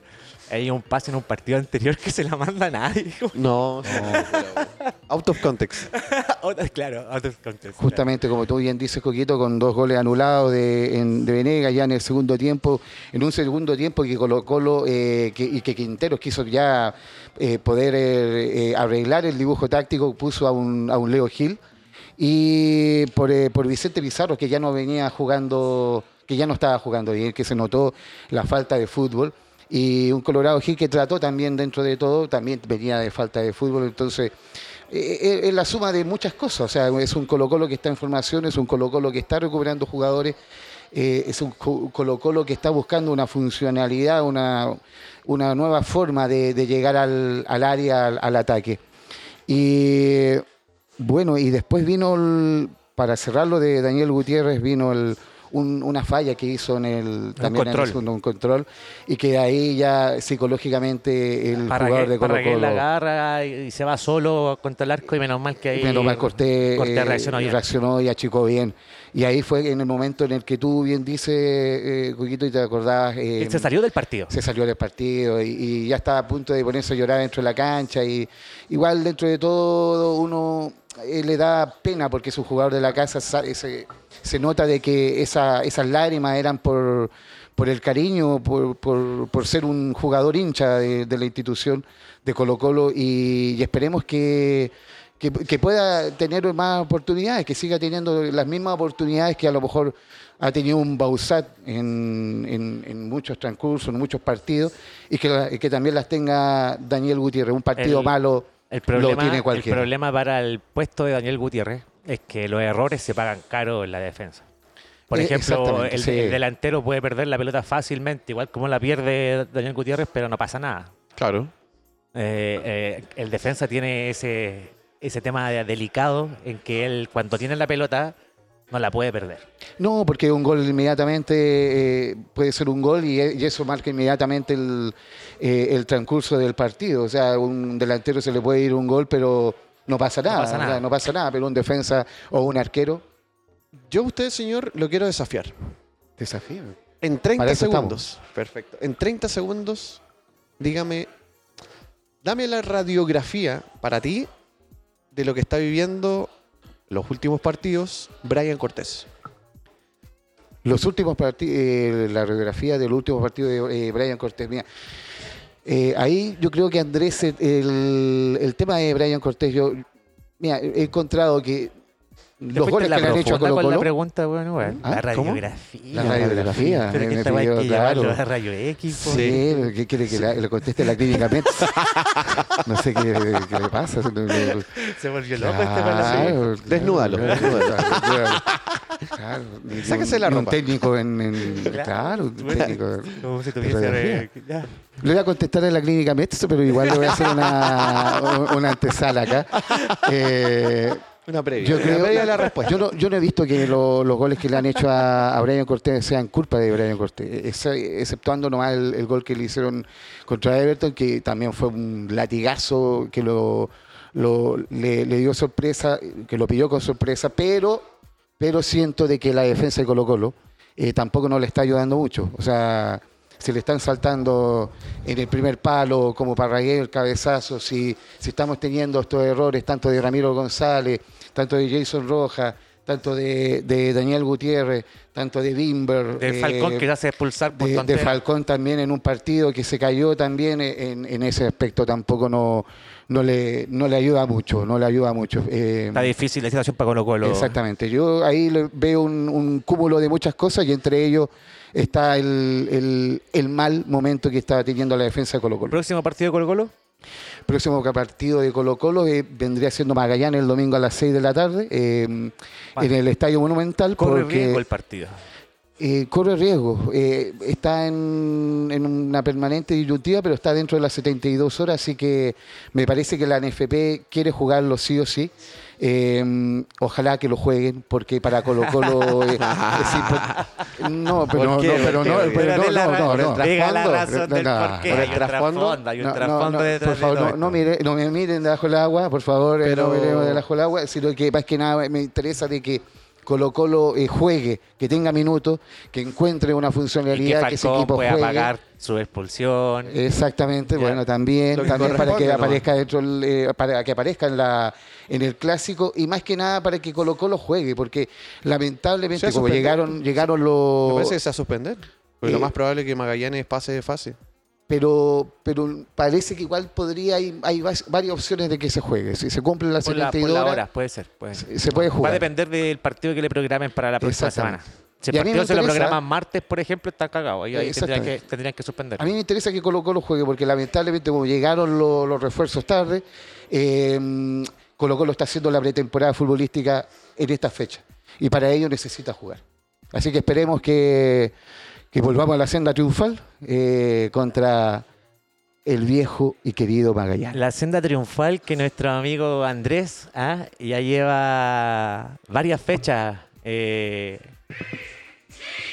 S2: Hay un pase en un partido anterior que se la manda a nadie.
S3: No, no. Out of context.
S2: Otra- claro, out of context, claro.
S1: Justamente, como tú bien dices, Coquito, con dos goles anulados de, en- de Venegas ya en el segundo tiempo, en un segundo tiempo que Colo Colo eh, que- y que Quinteros quiso ya eh, poder eh, eh, arreglar el dibujo táctico, puso a un, a un Leo Gil y por, eh, por Vicente Pizarro, que ya no venía jugando, que ya no estaba jugando bien, que se notó la falta de fútbol. Y un Colorado Gil que trató también dentro de todo, también venía de falta de fútbol, entonces eh, eh, es la suma de muchas cosas. O sea, es un Colo Colo que está en formación, es un Colo Colo que está recuperando jugadores, eh, es un co- Colo Colo que está buscando una funcionalidad, una, una nueva forma de, de llegar al, al área, al, al ataque. Y bueno, y después vino, el- para cerrarlo de Daniel Gutiérrez, vino el- un- una falla que hizo en el, también en el
S2: control.
S1: segundo, un control, y que ahí ya psicológicamente el
S2: Parragué-
S1: jugador de Colo
S2: Parragué la
S1: Colo...
S2: agarra y y se va solo contra el arco y menos mal que ahí.
S1: Menos mal Cortés,
S2: Cortés
S1: eh,
S2: reaccionó bien.
S1: reaccionó y achicó bien. Y ahí fue en el momento en el que tú bien dices, eh, Cuquito, y te acordás. eh,
S2: Y se salió del partido.
S1: se salió del partido y, y ya estaba a punto de ponerse a llorar dentro de la cancha. y Igual dentro de todo uno eh, le da pena porque es un jugador de la casa. sa- Se, se nota de que esa- esas lágrimas eran por, por el cariño, por, por- por ser un jugador hincha de, de la institución de Colo Colo y, y esperemos que... que- que pueda tener más oportunidades, que siga teniendo las mismas oportunidades que a lo mejor ha tenido un Bausat en, en- en muchos transcursos, en muchos partidos, y que, la- que también las tenga Daniel Gutiérrez. Un partido
S2: El-
S1: malo
S2: El problema,
S1: lo tiene
S2: el
S1: cualquiera.
S2: problema para el puesto de Daniel Gutiérrez es que los errores se pagan caro en la defensa. Por
S1: Eh,
S2: ejemplo,
S1: exactamente,
S2: el,
S1: sí.
S2: el delantero puede perder la pelota fácilmente, igual como la pierde Daniel Gutiérrez, pero no pasa nada.
S3: Claro.
S2: Eh, eh, el defensa tiene ese, ese tema de- delicado en que él, cuando tiene la pelota, no la puede perder.
S1: No, porque un gol inmediatamente eh, puede ser un gol y, y eso marca inmediatamente el, eh, el transcurso del partido. O sea, un delantero se le puede ir un gol, pero no pasa nada.
S2: pasa
S1: o sea,
S2: nada.
S1: no pasa nada, pero un defensa o un arquero,
S3: Yo a usted, señor, lo quiero desafiar.
S1: desafío.
S3: En 30
S1: Para eso
S3: segundos. Perfecto. En 30 segundos, dígame, dame la radiografía para ti de lo que está viviendo los últimos partidos Brian Cortés.
S1: Los últimos partidos, la radiografía del último partido de eh, Brian Cortés. Mira, eh, ahí yo creo que Andrés, se- el, el tema de Brian Cortés, yo mira, he encontrado que
S2: ¿Te
S1: los
S2: fuiste
S1: goles
S2: la
S1: que le han hecho a
S2: profunda
S1: Colo
S2: con la
S1: Colo,
S2: pregunta, bueno, bueno.
S1: ¿Ah?
S2: La
S3: ¿Cómo?
S2: radiografía.
S1: la radiografía, Eh,
S2: Pero
S1: me
S2: que esta weá hay
S1: pidió,
S2: que
S1: claro.
S2: llamarlo a rayo X. po.
S1: Sí, ¿qué quiere que la- le conteste la clínica Metz? no sé qué, qué le pasa. no- no-
S2: Se volvió loco este
S1: Claro,
S2: weón.
S1: claro,
S3: Desnúdalo,
S1: claro,
S3: desnúdalo.
S1: claro, claro. Y un-
S3: Sáquese la
S1: y un
S3: ropa.
S1: técnico en... en-
S2: Claro.
S1: claro, un técnico.
S2: Como si tuviese.
S1: Radiografía.
S2: eh, ya.
S1: Le voy a contestar en la clínica Metz, pero igual le voy a hacer una, una antesala acá. Eh,
S3: Una previa.
S1: yo
S3: Una
S1: creo
S3: previa a la respuesta.
S1: Yo no, yo no he visto que lo- los goles que le han hecho a, a Brian Cortés sean culpa de Brian Cortés, ex- exceptuando nomás el, el gol que le hicieron contra Everton, que también fue un latigazo que lo, lo- le, le dio sorpresa, que lo pilló con sorpresa, pero, pero siento de que la defensa de Colo Colo eh, tampoco no le está ayudando mucho. O sea, si le están saltando en el primer palo, como Parragué, el cabezazo, si, si estamos teniendo estos errores, tanto de Ramiro González, tanto de Jason Rojas, tanto de, de Daniel Gutiérrez, tanto de Bimber.
S2: Del Falcón que se hace expulsar por
S1: Eh, de, de
S2: tontera.
S1: Falcón también en un partido que se cayó también eh, en, en ese aspecto tampoco no, no, le, no le ayuda mucho, no le ayuda mucho. Eh,
S2: Está difícil la situación para Colo Colo.
S1: Exactamente. Yo ahí le- veo un, un cúmulo de muchas cosas y entre ellos está el, el- el mal momento que está teniendo la defensa de Colo Colo.
S2: Próximo partido de Colo Colo.
S1: Próximo partido de Colo Colo eh, vendría siendo Magallanes el domingo a las 6 de la tarde eh, en el Estadio Monumental.
S2: Corre
S1: porque-
S2: riesgo el partido.
S1: eh, corre riesgo. eh, está en, en una permanente disyuntiva, pero está dentro de las 72 horas, así que me parece que la NFP quiere jugarlo sí o sí. Eh, ojalá que lo jueguen, porque para Colo Colo eh, es impor- No, pero no,
S3: qué?
S1: pero no,
S3: ¿Por qué?
S1: pero no,
S2: Pero de la
S1: no,
S2: ra-
S1: no, no.
S2: Diga la
S1: trasfondo,
S2: razón del
S1: no,
S2: por qué.
S1: no,
S2: Hay un
S3: ¿Por el trasfondo?
S2: trasfondo, hay un
S1: no, no,
S2: trasfondo
S1: no,
S2: detrás
S1: por favor,
S2: de todo
S1: no, no mire- no me miren debajo del agua, por favor, eh,
S3: Pero-
S1: no me miren debajo del agua, sino que más que nada me interesa de que Colo Colo eh, juegue, que tenga minutos, que encuentre una
S2: Y que
S1: funcionalidad, que, ese
S2: Falcón
S1: equipo
S2: pueda
S1: juegue. eh,
S2: pagar su expulsión.
S1: Exactamente,
S2: Ya.
S1: bueno, también,
S3: Lo que
S1: también para que
S3: corresponde, ¿no?
S1: aparezca dentro el, eh, para que aparezca en la en el clásico y más que nada para que Colo Colo juegue, porque
S3: Se
S1: lamentablemente
S3: ha
S1: como
S3: suspendido.
S1: llegaron llegaron
S3: Me parece que
S1: los
S3: se va a suspender. Porque lo
S1: Eh,
S3: más probable es que Magallanes pase de fase.
S1: pero pero parece que igual podría hay, hay vas- varias opciones de que se juegue, si se cumple la
S2: Por la, por
S1: 72
S2: la
S1: horas
S2: hora, puede ser. puede ser.
S1: se se puede
S2: Va a
S1: jugar.
S2: depender del partido que le programen para la próxima semana.
S1: Exactamente.
S2: Si el
S1: Y a mí me
S2: partido se lo
S1: interesa- Eh,
S2: programan martes, por ejemplo, está cagado. Ahí, ahí tendrían, que,
S1: Exactamente.
S2: tendrían que suspender.
S1: A mí me interesa que Colo Colo juegue porque lamentablemente como llegaron lo- los refuerzos tarde, eh, Colo Colo está haciendo la pretemporada futbolística en esta fecha y para ello necesita jugar. Así que esperemos que, que volvamos a la senda triunfal eh, contra el viejo y querido Magallanes.
S2: La senda triunfal que nuestro amigo Andrés ah, ya lleva varias fechas. eh,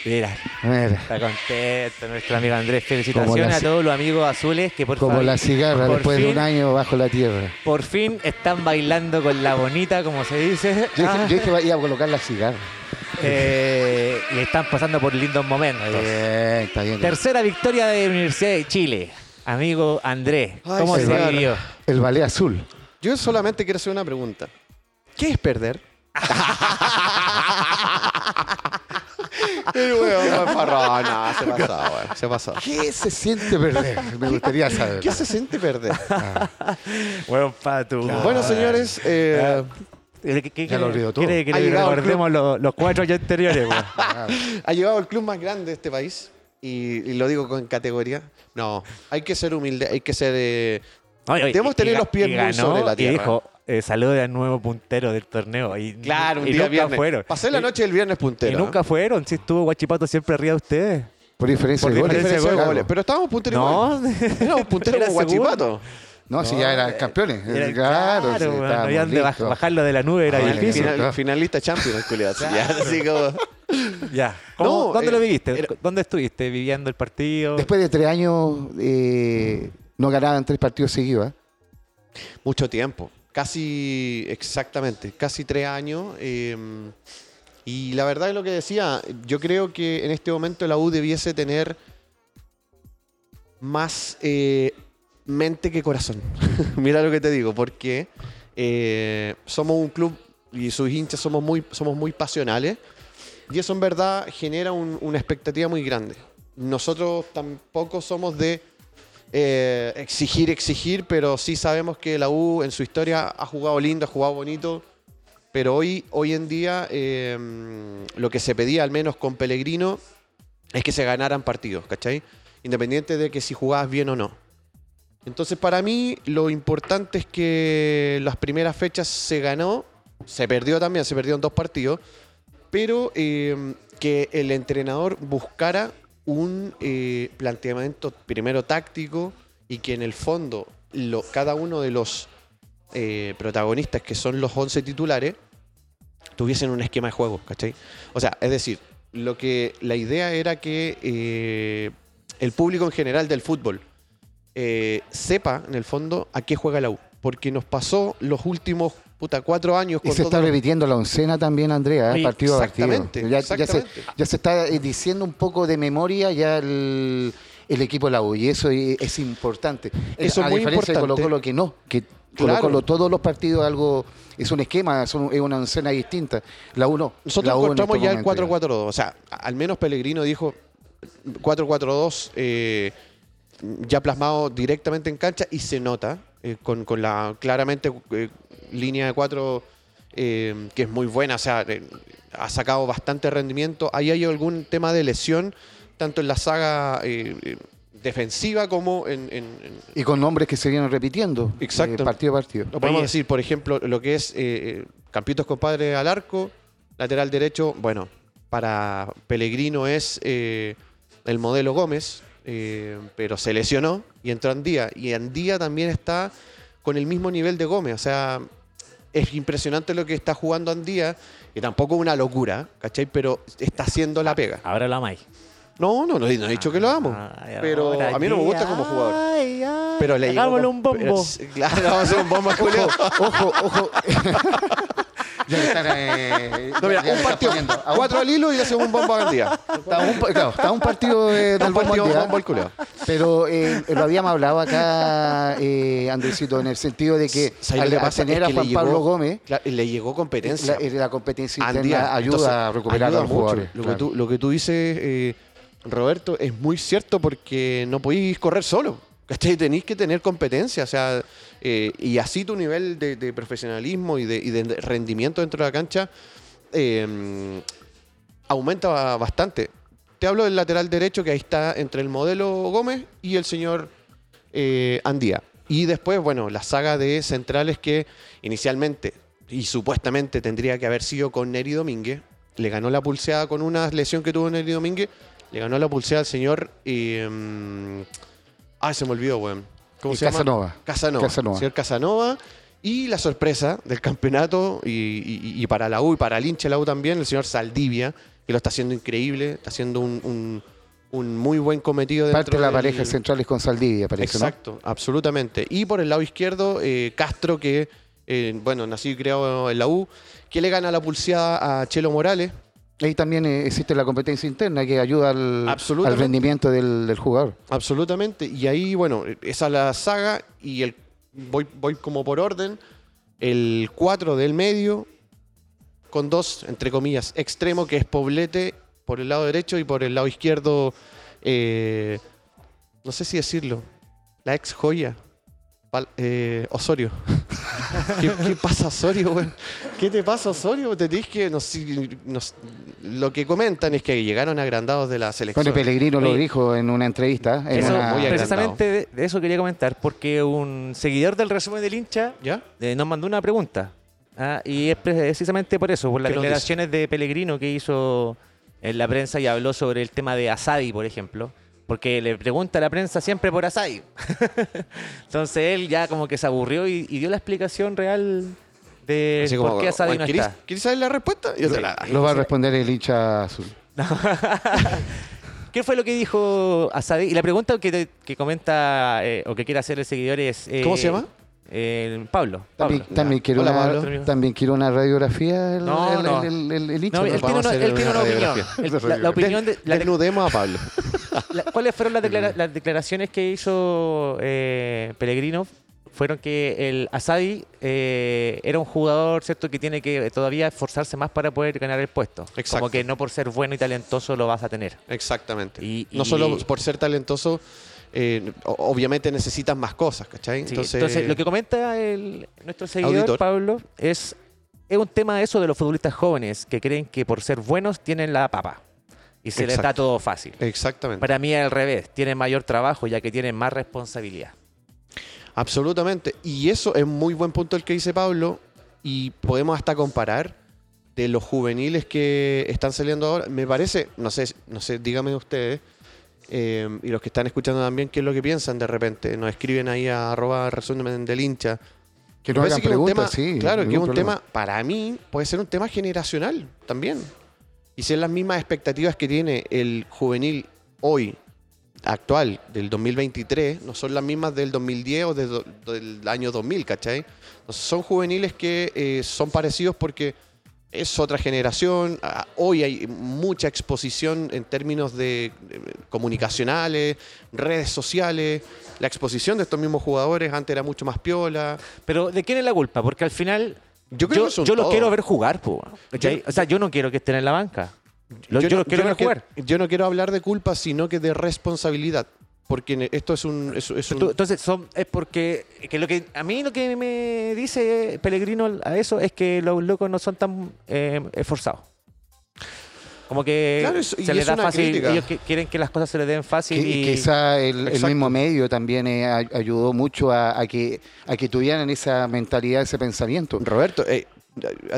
S2: mira,
S1: Mira,
S2: está contento nuestro amigo Andrés.
S1: Como
S2: Felicitaciones
S1: la
S2: a
S1: ci-
S2: todos los amigos azules que por,
S1: como
S2: favor,
S1: la cigarra
S2: por
S1: después de
S2: fin-
S1: un año bajo la tierra.
S2: por fin están bailando con la bonita, como se dice.
S1: Yo
S2: ah,
S1: dije, yo dije, "Va- iba a colocar la cigarra.
S2: eh, y están pasando por lindos momentos. Eh,
S1: Está bien, está bien.
S2: Tercera victoria de Universidad de Chile. Amigo Andrés,
S3: Ay,
S2: ¿cómo se
S3: señor.
S2: vivió?
S1: El ballet azul.
S3: Yo solamente quiero hacer una pregunta. ¿Qué es perder? El huevón fue farrón. No, se pasó, weón. Se pasó.
S1: ¿Qué se siente perder? Me gustaría saber.
S3: ¿Qué se siente perder?
S2: Bueno, Patu.
S3: Bueno, señores, eh,
S2: ¿Qué, qué,
S1: Ya lo olvidó todo.
S2: quiere que
S3: Ha
S2: le
S3: llegado el
S2: recordemos los, los cuatro años anteriores? güey?
S3: ha llevado el club más grande de este país. Y, y lo digo con categoría. No, hay que ser humilde, hay que ser. eh,
S2: Oye, oye,
S3: Debemos
S2: y-
S3: tener
S2: y ga-
S3: los pies
S2: y
S3: muy
S2: ganó
S3: sobre la tierra.
S2: Y dijo, eh, saluda al nuevo puntero del torneo. Y,
S3: claro, un
S2: y
S3: día
S2: nunca
S3: viernes.
S2: fueron.
S3: Pasé la
S2: Y-
S3: noche del viernes puntero. ¿eh?
S2: Y nunca fueron. Si estuvo Guachipato siempre arriba de ustedes.
S1: Por diferencia
S2: Por
S1: de goles.
S2: diferencia de
S3: Diferencia de
S1: Claro.
S3: goles, Pero estábamos punteros. igual.
S2: No.
S3: Éramos punteros
S2: Era
S3: como
S2: segundo.
S3: Guachipato.
S1: No, si
S2: No,
S1: ya
S2: eh,
S1: eran campeones.
S2: Era-
S1: eh, claro, sí,
S2: güey, no
S1: estábamos
S2: habían de baj-
S1: listos.
S2: bajarlo de la nube, era
S1: Ah,
S3: Final-
S2: difícil.
S1: claro.
S3: final- finalista Champions, culiado. Ya, así como.
S2: Ya. ¿Cómo-
S3: No,
S2: ¿Dónde
S3: eh,
S2: lo viviste?
S3: era-
S2: ¿Dónde estuviste viviendo el partido?
S1: Después de tres años eh, no ganaban tres partidos seguidos. ¿eh?
S3: Mucho tiempo. Casi, exactamente, casi tres años. eh, y la verdad es lo que decía, yo creo que en este momento la U debiese tener más eh, mente que corazón. Mira lo que te digo, porque eh, somos un club y sus hinchas somos muy, somos muy pasionales. Y eso en verdad genera un- una expectativa muy grande. Nosotros tampoco somos de eh, exigir, exigir, pero sí sabemos que la U en su historia ha jugado lindo, ha jugado bonito. Pero hoy, hoy en día eh, lo que se pedía, al menos con Pellegrino, es que se ganaran partidos, ¿cachai? Independiente de que si jugabas bien o no. Entonces para mí lo importante es que las primeras fechas se ganó, se perdió también, se perdieron dos partidos, pero eh, que el entrenador buscara un eh, planteamiento primero táctico y que en el fondo lo- cada uno de los eh, protagonistas, que son los 11 titulares, tuviesen un esquema de juego, ¿cachai? O sea, es decir, lo que la idea era que eh, el público en general del fútbol eh, sepa, en el fondo, a qué juega la U. Porque nos pasó los últimos, puta, cuatro años
S1: Y se
S3: todos
S1: está
S3: los-
S1: repitiendo la oncena también, Andrea, ¿eh?
S2: Oye,
S1: partido a partido.
S3: exactamente,
S1: Ya, ya
S3: exactamente.
S1: se, ya se está eh, diciendo un poco de memoria ya el, el equipo de la U y eso eh, es importante. Eh,
S3: Eso es
S1: a
S3: muy
S1: diferencia de Colo
S3: importante.
S1: Colo que no, que Colo
S3: Claro.
S1: Colo todos los partidos algo es un esquema, son- es una oncena distinta. La U no.
S3: Nosotros
S1: La U en este
S3: encontramos
S1: estos
S3: ya el
S1: momentos
S3: 4-4-2. O sea, a- al menos Pellegrino dijo 4-4-2 eh, ya plasmado directamente en cancha y se nota eh, con, con la claramente eh, línea de 4 eh, que es muy buena. O sea, eh, ha sacado bastante rendimiento. Ahí hay algún tema de lesión, tanto en la saga eh, eh, defensiva como en- en- en,
S1: Y con nombres que se vienen repitiendo. eh,
S3: Exacto.
S1: partido a partido.
S3: Lo podemos
S2: Oye.
S3: decir, por ejemplo, lo que es eh, eh, Campitos Compadre al arco, lateral derecho, bueno, para Pellegrino es eh, el modelo Gómez, eh, pero se lesionó y entró Andía. Y Andía también está con el mismo nivel de Gómez, o sea, es impresionante lo que está jugando Andía, que tampoco es una locura, ¿cachai? Pero está haciendo la pega.
S2: Ahora lo amáis.
S3: No, no, no, he- no he dicho que lo amo,
S2: Ay,
S3: pero
S2: Ah, ahora
S3: a mí no me gusta
S2: sí.
S3: como jugador.
S2: Ay, ay.
S3: Pero le llegó
S2: Hagámosle
S3: con-
S2: un bombo.
S3: pero- claro, vamos a hacer un bombo, Julio.
S1: Ojo, ojo. Ya están, eh,
S3: No, mira,
S1: ya
S3: un
S1: están
S3: partido,
S1: poniendo. A un-
S3: cuatro al hilo y hacemos un bombo al día.
S1: Está un, pa- claro, está un partido eh,
S3: Está
S1: del
S3: un
S1: bombo
S3: partido
S1: al día.
S3: bombo al culeo.
S1: Pero eh, lo habíamos hablado acá, eh, Andresito, en el sentido de que
S3: ¿Sabes
S1: al,
S3: lo que
S1: al
S3: pasa?
S1: tener a
S3: Es que le
S1: Juan
S3: llegó-
S1: Pablo Gómez,
S3: Claro, y le llegó competencia.
S1: la, eh, la competencia
S3: Andía.
S1: interna ayuda
S3: Entonces,
S1: a recuperar
S3: ayuda
S1: a los
S3: mucho.
S1: jugadores.
S3: Lo,
S1: claro.
S3: que tú, lo que tú dices, eh, Roberto, es muy cierto porque no podéis correr solo. ¿Cachai? Tenéis que tener competencia, o sea, eh, y así tu nivel de, de profesionalismo y de, y de rendimiento dentro de la cancha eh, aumenta bastante. Te hablo del lateral derecho que ahí está entre el modelo Gómez y el señor eh, Andía. Y después, bueno, la saga de centrales que inicialmente y supuestamente tendría que haber sido con Neri Domínguez. Le ganó la pulseada con una lesión que tuvo Neri Domínguez. Le ganó la pulseada al señor. eh, mm, ah, se me olvidó, weón. ¿Cómo
S1: Y
S3: se
S1: Casanova.
S3: llama? Casanova.
S1: Casanova.
S3: Señor Casanova. Y la sorpresa del campeonato, y, y- y para la U y para el hincha de la U también, el señor Saldivia, que lo está haciendo increíble, está haciendo un, un- un muy buen cometido dentro
S1: Parte de la
S3: del-
S1: pareja central es con Saldivia, parece, ¿no?
S3: Exacto, absolutamente. Y por el lado izquierdo, eh, Castro, que, eh, bueno, nació y creado en la U, que le gana la pulseada a Chelo Morales.
S1: Ahí también eh, existe la competencia interna que ayuda al, al
S3: Absolutamente.
S1: rendimiento del, del jugador.
S3: Absolutamente. Y ahí, bueno, esa es la saga y el voy, voy como por orden. El 4 del medio con dos, entre comillas, extremo, que es Poblete por el lado derecho y por el lado izquierdo, eh, no sé si decirlo, la ex joya, Pal- eh, Osorio. ¿Qué, qué pasa, Osorio? güey? ¿Qué te pasa, Osorio? Te dije que no sé, no sé. lo que comentan es que llegaron agrandados de la selección.
S1: Bueno, Pellegrino lo
S2: Oye.
S1: dijo en una entrevista. En
S2: Eso,
S1: una-
S3: muy agrandado.
S2: precisamente de, de eso quería comentar, porque un seguidor del resumen del hincha
S3: ¿Ya?
S2: eh, nos mandó una pregunta. Ah, y es precisamente por eso, por las
S3: ¿Qué nos dice?
S2: declaraciones de Pellegrino que hizo en la prensa y habló sobre el tema de Asadi, por ejemplo. Porque le pregunta a la prensa siempre por Asadi. Entonces él ya como que se aburrió y, y dio la explicación real de
S3: Así como,
S2: por qué Asadi
S3: bueno,
S2: no
S3: ¿querís-
S2: está.
S3: ¿Querís saber la respuesta? Yo te la
S1: lo va a responder el hincha azul.
S2: ¿Qué fue lo que dijo Asadi? Y la pregunta que, te- que comenta eh, o que quiere hacer el seguidor es... eh,
S3: ¿Cómo se llama?
S2: eh, Pablo.
S1: También,
S2: Pablo.
S1: también,
S3: Ya.
S1: quiero
S3: Hola,
S1: una,
S2: Pablo.
S1: también quiero una radiografía el,
S2: No,
S1: el-
S2: no.
S1: el- el- el hincha.
S2: No,
S1: ¿no?
S2: él
S3: vamos
S2: tiene
S3: a
S2: una,
S3: hacer
S2: él tiene
S3: una
S2: una opinión.
S3: radiografía.
S2: Él- la, la opinión de, la de-
S3: Desnudemos a Pablo.
S2: la- ¿Cuáles fueron las, declara- las declaraciones que hizo eh, Pellegrino? Fueron que el Asadi eh, era un jugador, ¿cierto?, que tiene que todavía esforzarse más para poder ganar el puesto.
S3: Exacto.
S2: Como que no por ser bueno y talentoso lo vas a tener.
S3: Exactamente.
S2: Y-
S3: No
S2: y-
S3: solo por ser talentoso, eh, o- obviamente necesitas más cosas, ¿cachai?
S2: Sí, Entonces, lo que comenta el, nuestro seguidor,
S3: Auditor.
S2: Pablo, es, es un tema eso de los futbolistas jóvenes que creen que por ser buenos tienen la papa y se les da
S3: Exacto.
S2: todo fácil.
S3: Exactamente.
S2: Para mí es al revés, tienen mayor trabajo ya que tienen más responsabilidad.
S3: Absolutamente. Y eso es muy buen punto el que dice Pablo. Y podemos hasta comparar de los juveniles que están saliendo ahora. Me parece, no sé, no sé, díganme ustedes. eh, y los que están escuchando también, ¿qué es lo que piensan de repente? Nos escriben ahí a arroba resumen del hincha.
S1: que no
S3: Me parece
S1: hagan
S3: que es un
S1: preguntas,
S3: tema-
S1: sí.
S3: Claro, que es
S1: ningún
S3: un
S1: problema.
S3: tema, para mí, puede ser un tema generacional también. Y ser las mismas expectativas que tiene el juvenil hoy, actual, del 2023, no son las mismas del 2010 o de do- del año 2000, ¿cachai? Entonces, son juveniles que eh, son parecidos porque es otra generación. Ah, Hoy hay mucha exposición en términos de eh, comunicacionales, redes sociales. La exposición de estos mismos jugadores antes era mucho más piola.
S2: Pero ¿de quién es la culpa? Porque al final
S3: Yo creo que son
S2: yo los
S3: todos.
S2: quiero ver jugar, po, ¿cachai?
S3: Yo-
S2: o sea, yo no quiero que estén en la banca. Lo- yo,
S3: no-
S2: los quiero
S3: no
S2: ver jugar.
S3: quiero- yo no quiero hablar de culpa, sino que de responsabilidad. Porque ne- esto es un. es- es un-
S2: Tú- Entonces, son, es porque que lo que a mí lo que me dice Pellegrino a eso es que los locos no son tan eh, esforzados. Como que
S3: Claro, eso- y
S2: se les
S3: es
S2: da
S3: una
S2: fácil,
S3: crítica.
S2: ellos que- quieren que las cosas se les den fácil
S1: Que-
S2: y
S1: quizá el, el
S3: Exacto.
S1: mismo medio también eh, ay- ayudó mucho a, a que, a que tuvieran esa mentalidad, ese pensamiento.
S3: Roberto, eh,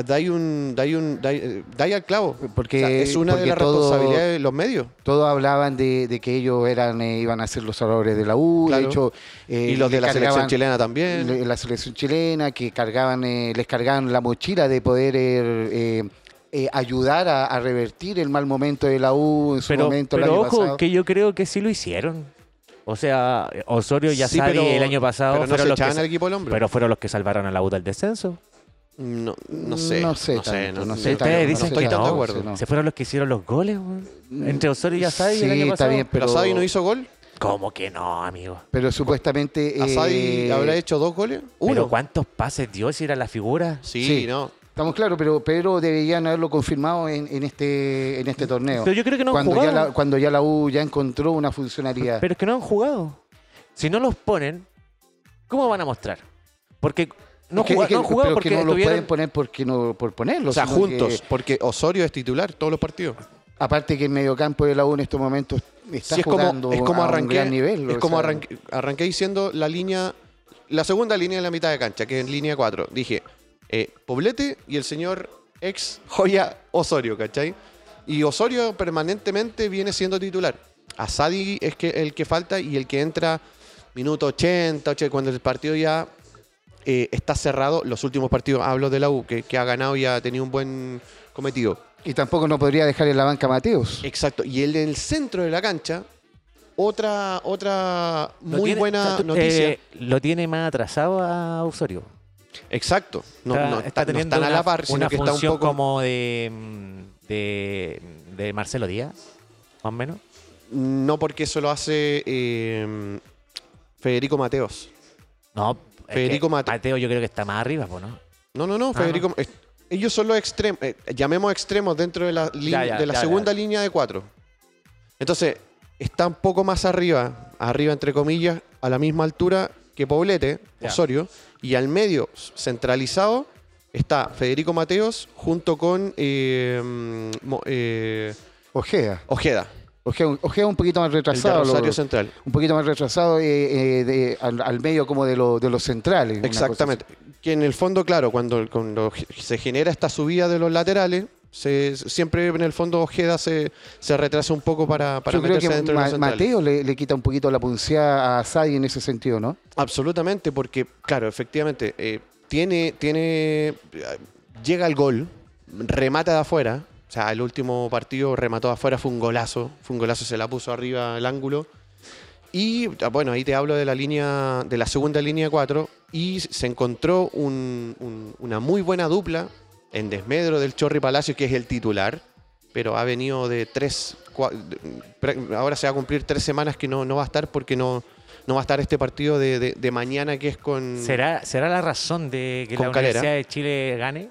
S3: dai un. Dai un dai- eh, dai al clavo.
S1: Porque-
S3: O sea, es una de
S1: porque
S3: las
S1: todo-
S3: responsabilidades de los medios.
S1: Todos hablaban de, de que ellos eran eh, iban a ser los salvadores de la U,
S3: Claro.
S1: de hecho, eh,
S3: y los de
S1: le
S3: la selección
S1: cargaban-
S3: chilena también.
S1: le- La selección chilena, que cargaban, eh, les cargaban la mochila de poder eh, eh, ayudar a, a revertir el mal momento de la U en su
S2: pero,
S1: momento. el
S2: pero
S1: año
S2: ojo
S1: pasado.
S2: que yo creo que sí lo hicieron. O sea, Osorio y
S3: Sí,
S2: Asadi
S3: pero-
S2: el año pasado
S3: pero no
S2: fueron
S3: se
S2: los que
S3: echaban
S2: sa-
S3: al equipo del hombre.
S2: pero fueron los que salvaron a la U del descenso.
S3: No, no sé.
S1: Mm, No sé
S3: No sé.
S1: tanto, no
S3: No, no
S1: sé
S2: Ustedes
S1: tanto,
S2: dicen
S1: sé
S3: estoy
S2: que
S3: tan de
S2: no,
S3: acuerdo.
S1: no.
S2: ¿Se fueron los que hicieron los goles? weón? Entre Osorio y Asadi
S1: Sí,
S2: el año
S1: está
S2: pasado.
S1: bien, pero,
S3: Pero Asadi no hizo gol.
S2: ¿Cómo que no, amigo?
S1: pero supuestamente... eh,
S3: Asadi habrá hecho dos goles.
S2: ¿Pero
S3: Uno.
S2: cuántos pases dio si era la figura?
S3: Sí,
S1: Sí.
S3: no.
S1: Estamos claros, pero, pero deberían haberlo confirmado en, en este en este torneo.
S2: Pero yo creo que no han
S1: cuando ya
S2: jugado.
S1: la, cuando ya la U ya encontró una funcionalidad.
S2: Pero es que no han jugado. Si no los ponen, ¿cómo van a mostrar? Porque no,
S1: Es que-
S2: juga-
S1: es que-
S2: no han jugado
S1: pero es
S2: porque
S1: que no lo
S2: estuvieron...
S1: pueden poner porque no, por ponerlo.
S3: O sea,
S1: sino que-
S3: juntos, porque Osorio es titular todos los partidos.
S1: aparte que el mediocampo de la U en estos momentos está
S3: Sí, es
S1: jugando
S3: como, es como
S1: a un
S3: arranqué,
S1: gran nivel.
S3: es
S1: o
S3: como
S1: sea,
S3: arranqué, arranqué diciendo la línea, la segunda línea de la mitad de cancha, que es línea 4. Dije, eh, Poblete y el señor ex joya Osorio, ¿cachai? Y Osorio permanentemente viene siendo titular. Asadi es que el que falta y el que entra minuto 80, 80 cuando el partido ya eh, está cerrado. Los últimos partidos, hablo de la U, que, que ha ganado y ha tenido un buen cometido.
S1: Y tampoco no podría dejar en la banca a Mateos.
S3: Exacto. Y el, en el centro de la cancha, otra, otra
S2: Lo
S3: muy
S2: tiene-
S3: buena
S2: eh,
S3: noticia.
S2: lo tiene más atrasado a Osorio.
S3: Exacto. No, no, está- no
S2: teniendo
S3: están a la
S2: una-
S3: par, sino
S2: una
S3: que está un
S2: función
S3: poco.
S2: como de, mm, de, mm, de Marcelo Díaz, más o menos.
S3: No porque eso lo hace eh, Federico Mateos.
S2: No, es
S3: Federico
S2: que
S3: Mate-
S2: Mateo yo creo que está más arriba, po, ¿no?
S3: No, no, no.
S2: Ah,
S3: Federico. es- ellos son los extremos. llamemos extremos dentro de la, lin-
S2: Ya, ya,
S3: de la
S2: ya,
S3: segunda
S2: ya.
S3: línea de cuatro. Entonces, está un poco más arriba, arriba entre comillas, a la misma altura que Poblete,
S2: Ya.
S3: Osorio, y al medio, centralizado, está Federico Mateos junto con eh, mm, Mo- eh,
S1: Ojea.
S3: Ojeda,
S1: Ojea, un- Ojea un poquito más
S3: el de
S1: retrasado.
S3: Rosario
S1: lo-
S3: Central.
S1: un poquito más retrasado eh, eh, de- al, al medio como de, lo- de los centrales. una cosa
S3: Exactamente. Que en el fondo, claro, cuando, cuando se genera esta subida de los laterales, se- siempre en el fondo Ojeda se, se retrasa un poco para, para
S1: Yo creo
S3: meterse
S1: que
S3: dentro de
S1: Ma-
S3: los centrales.
S1: Mateo le, le quita un poquito la punceada a Sadi en ese sentido, ¿no?
S3: Absolutamente, porque, claro, efectivamente, eh, tiene, tiene. eh, Llega el gol, remata de afuera. O sea, el último partido remató de afuera, fue un golazo. Fue un golazo, se la puso arriba el ángulo. Y ah, bueno, ahí te hablo de la línea, de la segunda línea 4. Y se encontró un- un- una muy buena dupla en desmedro del Chorri Palacio, que es el titular. Pero ha venido de tres. cua- de- pra- ahora se va a cumplir tres semanas que no, no va a estar porque no, no va a estar este partido de, de- de mañana que es con.
S2: ¿Será, ¿Será la razón de que
S3: Mm. Con
S2: la
S3: Calera.
S2: Universidad de Chile gane?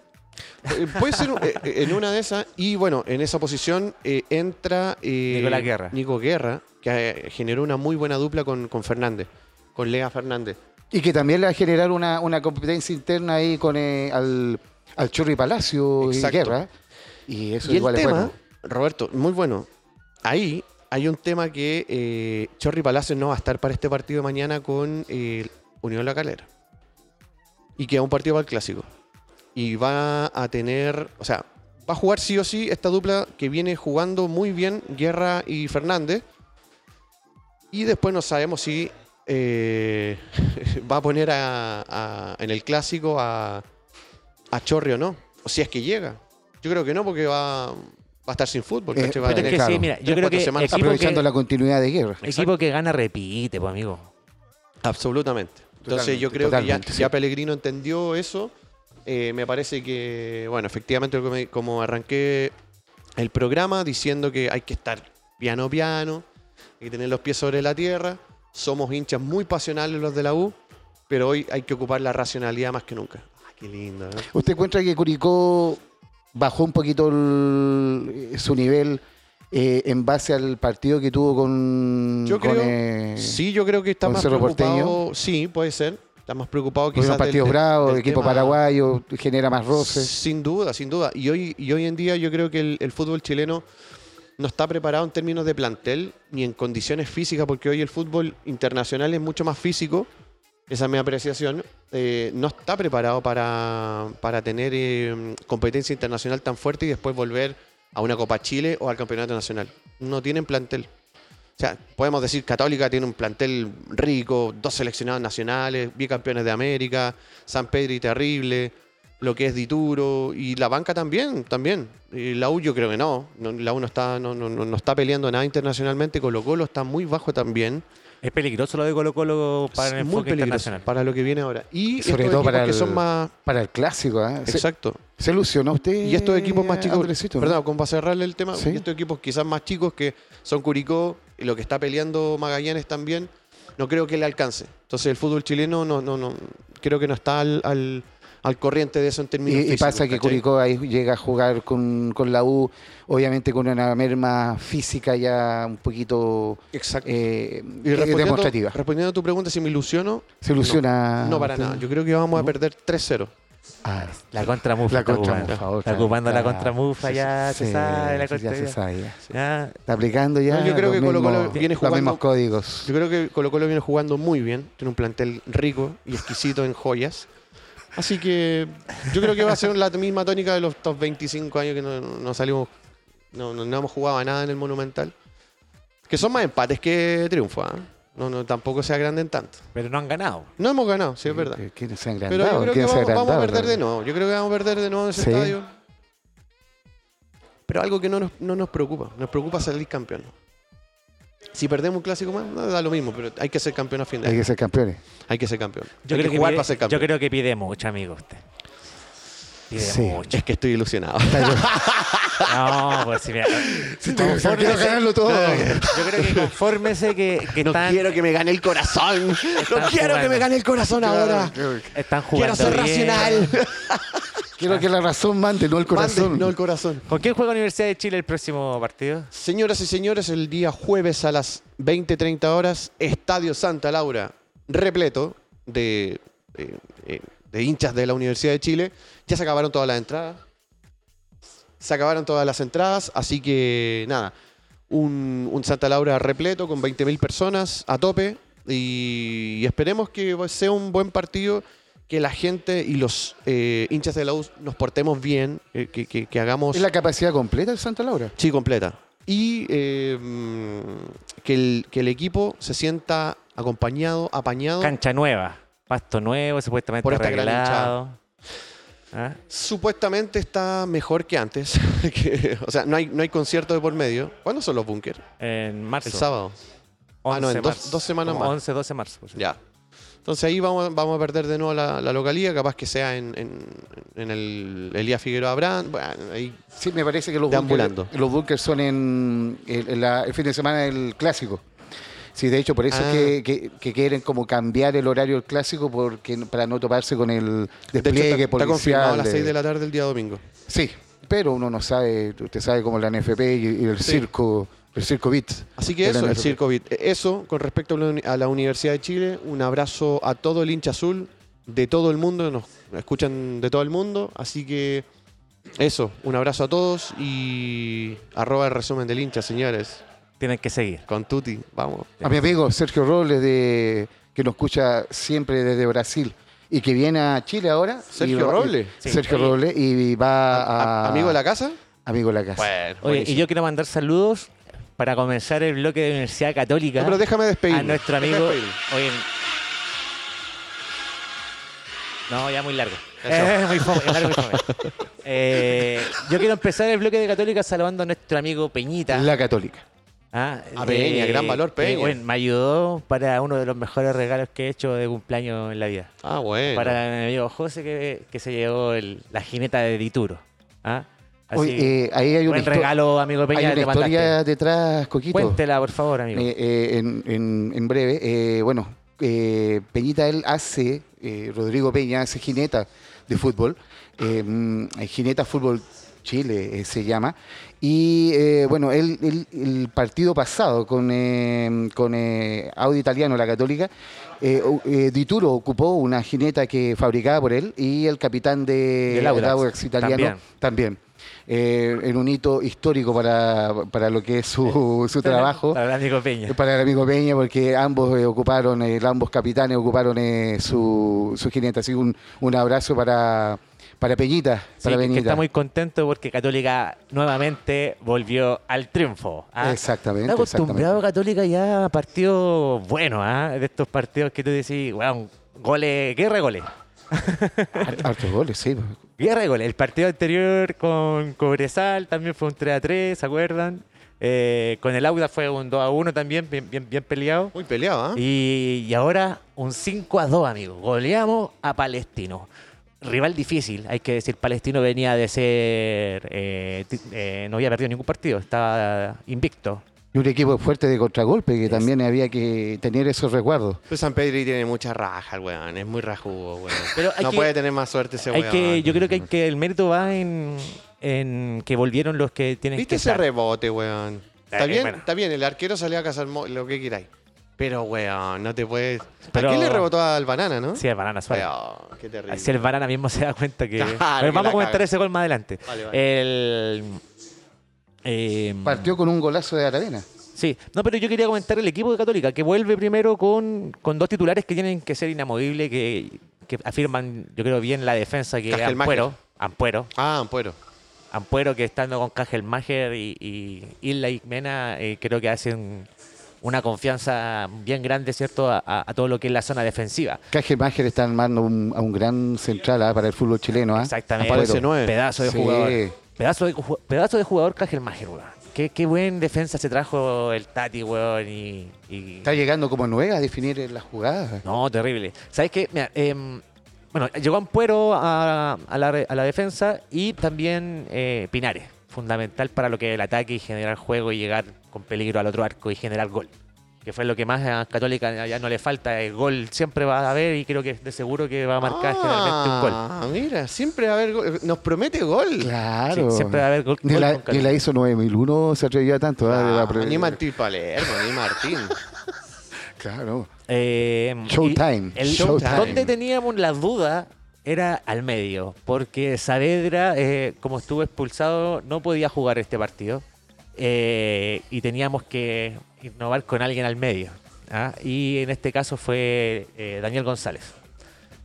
S3: Eh, Puede ser eh, en una de esas. Y bueno, en esa posición eh, entra. eh,
S2: Nicolás Guerra.
S3: Nico Guerra, que eh, generó una muy buena dupla con, con Fernández, con Lea Fernández.
S1: Y que también le va a generar una, una competencia interna ahí con eh, al, al Churri Palacio
S3: Exacto.
S1: y Guerra. Y eso
S3: y el
S1: igual
S3: tema,
S1: es bueno.
S3: Roberto, muy bueno. Ahí hay un tema que eh, Chorri Palacios no va a estar para este partido de mañana con eh, Unión La Calera. Y queda un partido para el clásico. Y va a tener, o sea, va a jugar sí o sí esta dupla que viene jugando muy bien Guerra y Fernández. Y después no sabemos si eh, va a poner a- a- en el clásico a, a Chorri o no. O si es que llega. Yo creo que no, porque va, va a estar sin fútbol.
S1: Eh,
S3: ¿cachai? Va a
S2: Pero es
S3: tener-
S2: que
S1: claro.
S2: sí, mira, yo
S3: Tres,
S2: creo
S3: cuatro
S2: que
S3: semanas.
S2: equipo que,
S1: Aprovechando la continuidad de Guerra.
S2: equipo que gana repite, pues amigo.
S3: Absolutamente. Entonces
S1: Totalmente,
S3: yo creo que ya,
S1: totalmente, sí.
S3: ya Pellegrino entendió eso. Eh, me parece que, bueno, efectivamente como, como arranqué el programa diciendo que hay que estar piano piano, hay que tener los pies sobre la tierra, somos hinchas muy pasionales los de la U, pero hoy hay que ocupar la racionalidad más que nunca. Ah, qué lindo. ¿no?
S1: ¿Usted encuentra que Curicó bajó un poquito el- su nivel eh, en base al partido que tuvo con.
S3: Yo
S1: con,
S3: creo-
S1: eh,
S3: Sí, yo creo que está
S1: con
S3: más
S1: Cerro
S3: preocupado.
S1: Porteño.
S3: Sí, puede ser. Está más preocupado
S1: tuvieron
S3: quizás del-
S1: partidos
S3: del-
S1: bravos,
S3: del
S1: equipo
S3: tema-
S1: paraguayo, genera más roces.
S3: Sin duda, sin duda. Y hoy, y hoy en día yo creo que el, el fútbol chileno no está preparado en términos de plantel ni en condiciones físicas, porque hoy el fútbol internacional es mucho más físico, esa es mi apreciación, eh, no está preparado para, para tener eh, competencia internacional tan fuerte y después volver a una Copa Chile o al Campeonato Nacional. No tienen plantel. O sea, podemos decir Católica tiene un plantel rico, dos seleccionados nacionales, bicampeones de América, San Pedro y Terrible, lo que es Dituro, y la banca también, también. Y la U yo creo que no. No, la U no está, no, no, no- no está peleando nada internacionalmente, Colo Colo está muy bajo también.
S2: Es peligroso lo de Colo Colo para el
S3: Es
S2: enfoque
S3: muy peligroso
S2: internacional.
S3: para lo que viene ahora. Y
S1: Sobre
S3: estos
S1: todo para
S3: equipos que
S1: el-
S3: son más...
S1: Para el clásico, ¿ah? Se,
S3: Exacto.
S1: se ilusionó usted.
S3: Y estos equipos más chicos,
S1: Eh, Andresito?
S3: perdón, como para cerrarle el tema,
S1: Sí.
S3: y estos equipos quizás más chicos que son Curicó, y lo que está peleando Magallanes también, no creo que le alcance. Entonces el fútbol chileno no, no, no, creo que no está al, al, al corriente de eso en términos
S1: Y, y
S3: físicos,
S1: pasa que
S3: ¿cachai?
S1: Curicó ahí llega a jugar con, con la U, obviamente con una merma física ya un poquito
S3: Exacto.
S1: eh,
S3: y respondiendo,
S1: demostrativa. Ah,
S3: respondiendo a tu pregunta, si me ilusiono,
S1: Se ilusiona.
S3: no para
S1: usted.
S3: nada. Yo creo que vamos a perder 3-0.
S1: Ah,
S2: La contramufa.
S1: la
S2: está
S1: contramufa,
S2: ocupando.
S1: otra
S2: Está
S1: vez,
S2: ocupando la
S1: claro.
S2: contramufa
S1: Sí,
S2: ya,
S1: sí,
S2: se sabe la
S1: sí, ya se
S2: contramufa.
S1: sabe, ya.
S2: Ya,
S1: Está aplicando ya.
S3: No, yo creo
S1: los
S3: que Colo Colo
S1: mismos-
S3: viene
S1: Los
S3: jugando-
S1: mismos códigos.
S3: Yo creo que Colo Colo viene jugando muy bien, tiene un plantel rico y exquisito en joyas. Así que yo creo que va a ser la misma tónica de los estos 25 años que no, no salimos, no, no, no hemos jugado a nada en el Monumental. Que son más empates que triunfos, ¿ah? no, no, tampoco se agranden tanto.
S2: pero no han ganado.
S3: No hemos ganado, sí, es verdad.
S1: ¿Quién se ha
S3: Pero
S1: agrandado?
S3: yo creo que
S1: ¿Quién se ha
S3: vamos, vamos a
S1: agrandado,
S3: perder de
S1: realmente?
S3: nuevo. Yo creo que vamos a perder de nuevo en ese
S1: Sí.
S3: estadio. Pero algo que no nos, no nos preocupa. Nos preocupa salir campeón. Si perdemos un clásico más, no, da lo mismo, pero hay que ser campeón a fin de
S1: Hay
S3: año.
S1: que ser campeones.
S3: Hay que ser campeón. hay que jugar
S2: pide,
S3: para ser campeón.
S2: Yo creo que pide mucho, amigo, usted. Pide
S1: Sí.
S2: mucho.
S3: Es que estoy ilusionado.
S2: No, pues si mira.
S1: Si te quiero ganarlo todo.
S2: Yo creo que confórmese que, que
S3: No
S2: están,
S3: quiero que me gane el corazón. No quiero que
S2: jugando.
S3: me gane el corazón ahora.
S2: están jugando
S3: Quiero ser
S2: bien.
S3: racional.
S1: Quiero que la razón mande, no el corazón.
S3: Mande, no el corazón.
S2: ¿Con quién juega Universidad de Chile el próximo partido?
S3: Señoras y señores, el día jueves a las 20-30 horas, Estadio Santa Laura, repleto de, eh, eh, de hinchas de la Universidad de Chile. Ya se acabaron todas las entradas. Se acabaron todas las entradas, así que nada, un, un Santa Laura repleto con 20.000 personas a tope y, y esperemos que sea un buen partido, que la gente y los eh, hinchas de la U nos portemos bien, eh, que, que- que hagamos...
S1: ¿Es la capacidad completa de Santa Laura?
S3: Sí, completa. Y eh, mm, que, el, que el equipo se sienta acompañado, apañado.
S2: Cancha nueva. Pasto nuevo, supuestamente
S3: Por esta gran
S2: arreglado. ¿Ah?
S3: Supuestamente está mejor que antes. que- o sea, no hay, no hay concierto de por medio. ¿Cuándo son los búnker?
S2: En marzo.
S3: El sábado. Ah, no,
S2: 11
S3: en dos-
S2: marzo.
S3: dos semanas
S2: Como
S3: más.
S2: 11, 12 de marzo. por cierto.
S3: Ya. Entonces ahí vamos, a- vamos a perder de nuevo la, la localía, capaz que sea en, en, en el Elías Figueroa Brand. Bueno, ahí
S1: Sí, me parece que los
S3: Deambulando.
S1: bunkers, los bunkers son en, el- en la- el fin de semana del clásico. Sí, de hecho, por eso
S3: Ah.
S1: es que, que- que quieren como cambiar el horario del clásico porque para no toparse con el
S3: de hecho,
S1: despliegue
S3: está, está confirmado
S1: policial.
S3: a las
S1: de-
S3: 6 de la tarde el día domingo.
S1: Sí, pero uno no sabe, usted sabe como la NFP y, y el
S3: Sí.
S1: circo, el circo beat.
S3: Así que
S1: de la
S3: eso, el
S1: NFP.
S3: Circo Beat. E, Eso, con respecto a la uni- a la Universidad de Chile, un abrazo a todo el hincha azul de todo el mundo, nos escuchan de todo el mundo, así que eso, un abrazo a todos y arroba el resumen del hincha, señores,
S2: Tienen que seguir.
S3: con Tuti, vamos.
S1: A mi amigo Sergio Robles, de, que nos escucha siempre desde Brasil y que viene a Chile ahora. y
S3: Sergio
S1: va-
S3: Robles.
S2: Sí.
S1: Sergio
S2: Oye.
S1: Robles y va a,
S3: A- ¿Amigo de la casa?
S1: amigo de la casa.
S3: Bueno,
S2: Oye, y yo quiero mandar saludos para comenzar el bloque de Universidad Católica.
S3: No, pero déjame despedir.
S2: a nuestro amigo. Oye. No, ya muy largo. Eh, muy fome, largo, muy fome. Eh, yo quiero empezar el bloque de Católica saludando a nuestro amigo Peñita.
S1: La católica.
S2: Ah,
S3: A Peña, gran valor, Peña.
S2: bueno, me ayudó para uno de los mejores regalos que he hecho de cumpleaños en la vida.
S3: Ah, bueno.
S2: Para mi amigo José que, que se llevó el- la jineta de Dituro. Ah, así,
S1: Oye, eh, ahí hay una,
S2: buen
S1: histo-
S2: regalo, amigo Peña,
S1: hay
S2: que
S1: una
S2: te mandaste.
S1: historia detrás, Coquito.
S2: Cuéntela, por favor, amigo.
S1: Eh, eh, en, en- en breve, eh, bueno, eh, Peñita él hace, eh, Rodrigo Peña hace jineta de fútbol, eh, mm, jineta fútbol Chile eh, se llama, y eh, bueno, él, él- el partido pasado con, eh, con eh, Audi Italiano, la católica, eh, o- eh, Dituro ocupó una jineta que fabricaba por él y el capitán de
S2: Del Audax,
S1: del Audax italiano
S2: también.
S1: también. Eh, en un hito histórico para, para lo que es su, su trabajo.
S2: Para el amigo Peña.
S1: Para el amigo Peña, porque ambos eh, ocuparon, eh, ambos capitanes ocuparon eh, su, su jineta. Así que un, un abrazo para, para Peñita.
S2: Sí,
S1: Para
S2: que- que
S1: Peñita.
S2: está muy contento porque Católica nuevamente volvió al triunfo. ¿ah?
S1: Exactamente,
S2: Está acostumbrado Católica ya a partidos buenos, ¿ah? de estos partidos que tú decís, wow, goles, guerra de goles.
S1: exactamente. Hartos goles, sí.
S2: Guerra de goles. El partido anterior con Cobresal también fue un 3 a 3, ¿se acuerdan? Eh, con el Auda fue un 2 a 1 también, bien, bien, bien peleado.
S3: Muy peleado, ¿eh?
S2: Y, y ahora un 5 a 2, amigo. Goleamos a Palestino. Rival difícil, hay que decir. Palestino venía de ser. eh, ti- eh, no había perdido ningún partido, estaba invicto.
S1: Y un equipo fuerte de contragolpe que también había que tener esos resguardos.
S3: Pues San Pedri tiene mucha raja, el weón. Es muy rajudo, weón.
S2: Pero hay
S3: no
S2: que-
S3: puede tener más suerte ese
S2: Hay
S3: weón.
S2: que, yo creo que, hay que el mérito va en, en que volvieron los que tienen
S3: ¿Viste
S2: que
S3: ese
S2: estar.
S3: rebote, weón? Está
S2: Eh,
S3: bien,
S2: bueno.
S3: está bien. El arquero salió a cazar mo- lo que queráis. Pero, weón, no te puedes.
S2: Pero-
S3: ¿A quién le rebotó al banana, no?
S2: Sí, el Banana Suárez.
S3: Weón, qué terrible.
S2: Si el Banana mismo se da cuenta que...
S3: Claro,
S2: Bueno,
S3: que
S2: vamos
S3: la
S2: a comentar
S3: caga.
S2: ese gol más adelante.
S3: Vale, vale.
S2: El... em,
S1: Partió con un golazo de Aravena.
S2: Sí, no, pero yo quería comentar el equipo de Católica, que vuelve primero con, con dos titulares que tienen que ser inamovibles, que, que afirman, yo creo, bien la defensa que
S3: Cajelmacher.
S2: Ampuero, Ampuero,
S3: Ah, Ampuero.
S2: Ampuero que estando con Cajelmacher y, y Isla y Mena, eh, creo que hacen una confianza bien grande, ¿cierto?, a, a- a todo lo que es la zona defensiva.
S1: Caje Máger está armando un- a un gran central ah, para el fútbol chileno. ah.
S2: Exactamente.
S1: Ampuero.
S3: Parece nueve.
S2: Pedazo de
S1: Sí.
S2: jugador. Pedazo de, ju- pedazo de jugador Cajelmacher, weón. Qué, qué buen defensa se trajo el Tati, weón, y... y-
S1: Está llegando como nueve a definir en las jugadas.
S2: No, terrible. ¿Sabes qué? Mira, em, bueno, llegó Ampuero a, a la, re- a la defensa y también eh, Pinares, fundamental para lo que es el ataque y generar juego y llegar con peligro al otro arco y generar gol. Que fue lo que más a Católica ya no le falta. El gol siempre va a haber y creo que de seguro que va a marcar generalmente un gol.
S3: Ah, mira, siempre va a haber gol. Nos promete gol.
S1: Claro.
S2: Sí, siempre va a haber gol-
S1: Ni
S2: gol
S1: la,
S2: con
S1: ni la
S2: Católica.
S1: hizo 9001, se atrevió a tanto. ah, de la
S3: Ah,
S1: pre-
S3: ni Martín Palermo, ni Martín.
S1: Claro.
S2: Eh, y
S1: Showtime,
S2: el-
S1: showtime.
S2: Donde teníamos la duda era al medio, porque Saavedra, eh, como estuvo expulsado, no podía jugar este partido. eh, y teníamos que innovar con alguien al medio. ¿ah? Y en este caso fue eh, Daniel González,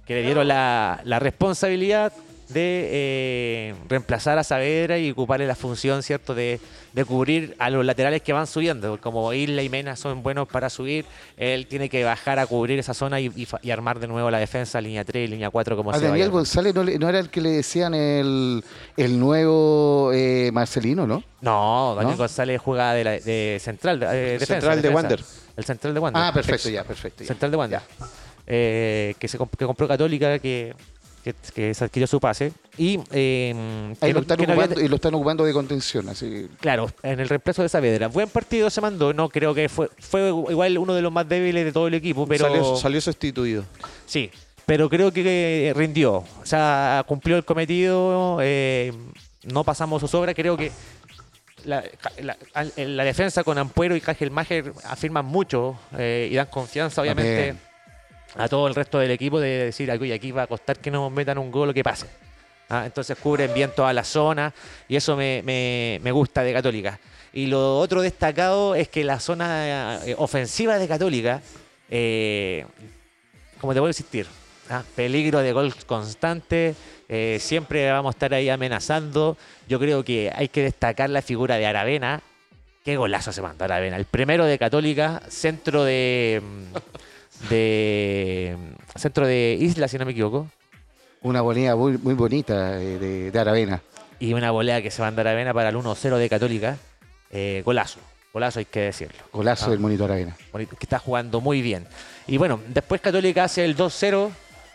S2: que le dieron la, la responsabilidad de eh, reemplazar a Saavedra y ocuparle la función, ¿cierto?, de, de cubrir a los laterales que van subiendo. Como Isla y Mena son buenos para subir, él tiene que bajar a cubrir esa zona y, y fa- y armar de nuevo la defensa, línea 3, línea 4, como
S1: A
S2: se
S1: Ah, Daniel
S2: vaya.
S1: González no, le- no era el que le decían el, el nuevo eh, Marcelino, ¿no?
S2: No, Daniel
S1: ¿No?
S2: González juega de, la- de central. de- eh, defensa,
S3: central de
S2: defensa.
S3: Wander.
S2: El central de Wander.
S1: Ah, perfecto, ya, perfecto. ya.
S2: Central de Wanda. Eh, que se comp- que compró Católica, que, que, que se adquirió su pase. Y, eh,
S1: Ahí lo
S2: que no-
S1: están
S2: que no había-
S1: ocupando, y lo están ocupando de contención, así
S2: Claro, en el reemplazo de Saavedra. Buen partido se mandó, no creo que fue, fue igual uno de los más débiles de todo el equipo, pero
S3: Salió, salió sustituido.
S2: sí, pero creo que eh, rindió, o sea, cumplió el cometido, eh, no pasamos zozobra, creo que la, la- al- eh, la defensa con Ampuero y Cajelmacher afirman mucho eh, y dan confianza, obviamente,
S1: Amén.
S2: a todo el resto del equipo de decir, "Aquí- aquí va a costar que nos metan un gol o que pase. Ah, entonces cubren bien toda la zona y eso me, me- me gusta de Católica. Y lo otro destacado es que la zona eh, ofensiva de Católica, eh, como te voy a insistir, ah, peligro de gol constante, eh, siempre vamos a estar ahí amenazando. Yo creo que hay que destacar la figura de Aravena. Qué golazo se mandó Aravena. El primero de Católica, centro de... mm, de mm, centro de Isla, si no me equivoco.
S1: Una bonita, muy, muy bonita eh, de, de Aravena.
S2: y una volea que se manda a Aravena para el 1-0 de Católica. Eh, golazo, golazo hay que decirlo.
S1: Golazo
S2: Ah.
S1: del monitor Aravena.
S2: Bonito, que está jugando muy bien. Y bueno, después Católica hace el 2-0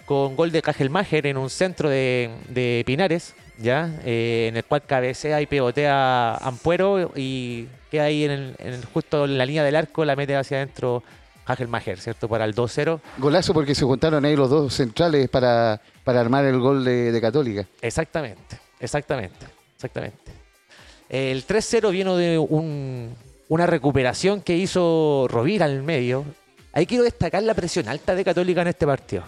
S2: con gol de Cajelmacher en un centro de, de Pinares, ¿ya? Eh, en el cual cabecea y pegotea Ampuero y queda ahí en el- en el- justo en la línea del arco, la mete hacia adentro Cajelmacher, ¿cierto? Para el 2-0.
S1: Golazo porque se juntaron ahí los dos centrales para, para armar el gol de, de Católica.
S2: Exactamente, exactamente, exactamente. El 3-0 vino de un- una recuperación que hizo Rovira al medio. Ahí quiero destacar la presión alta de Católica en este partido.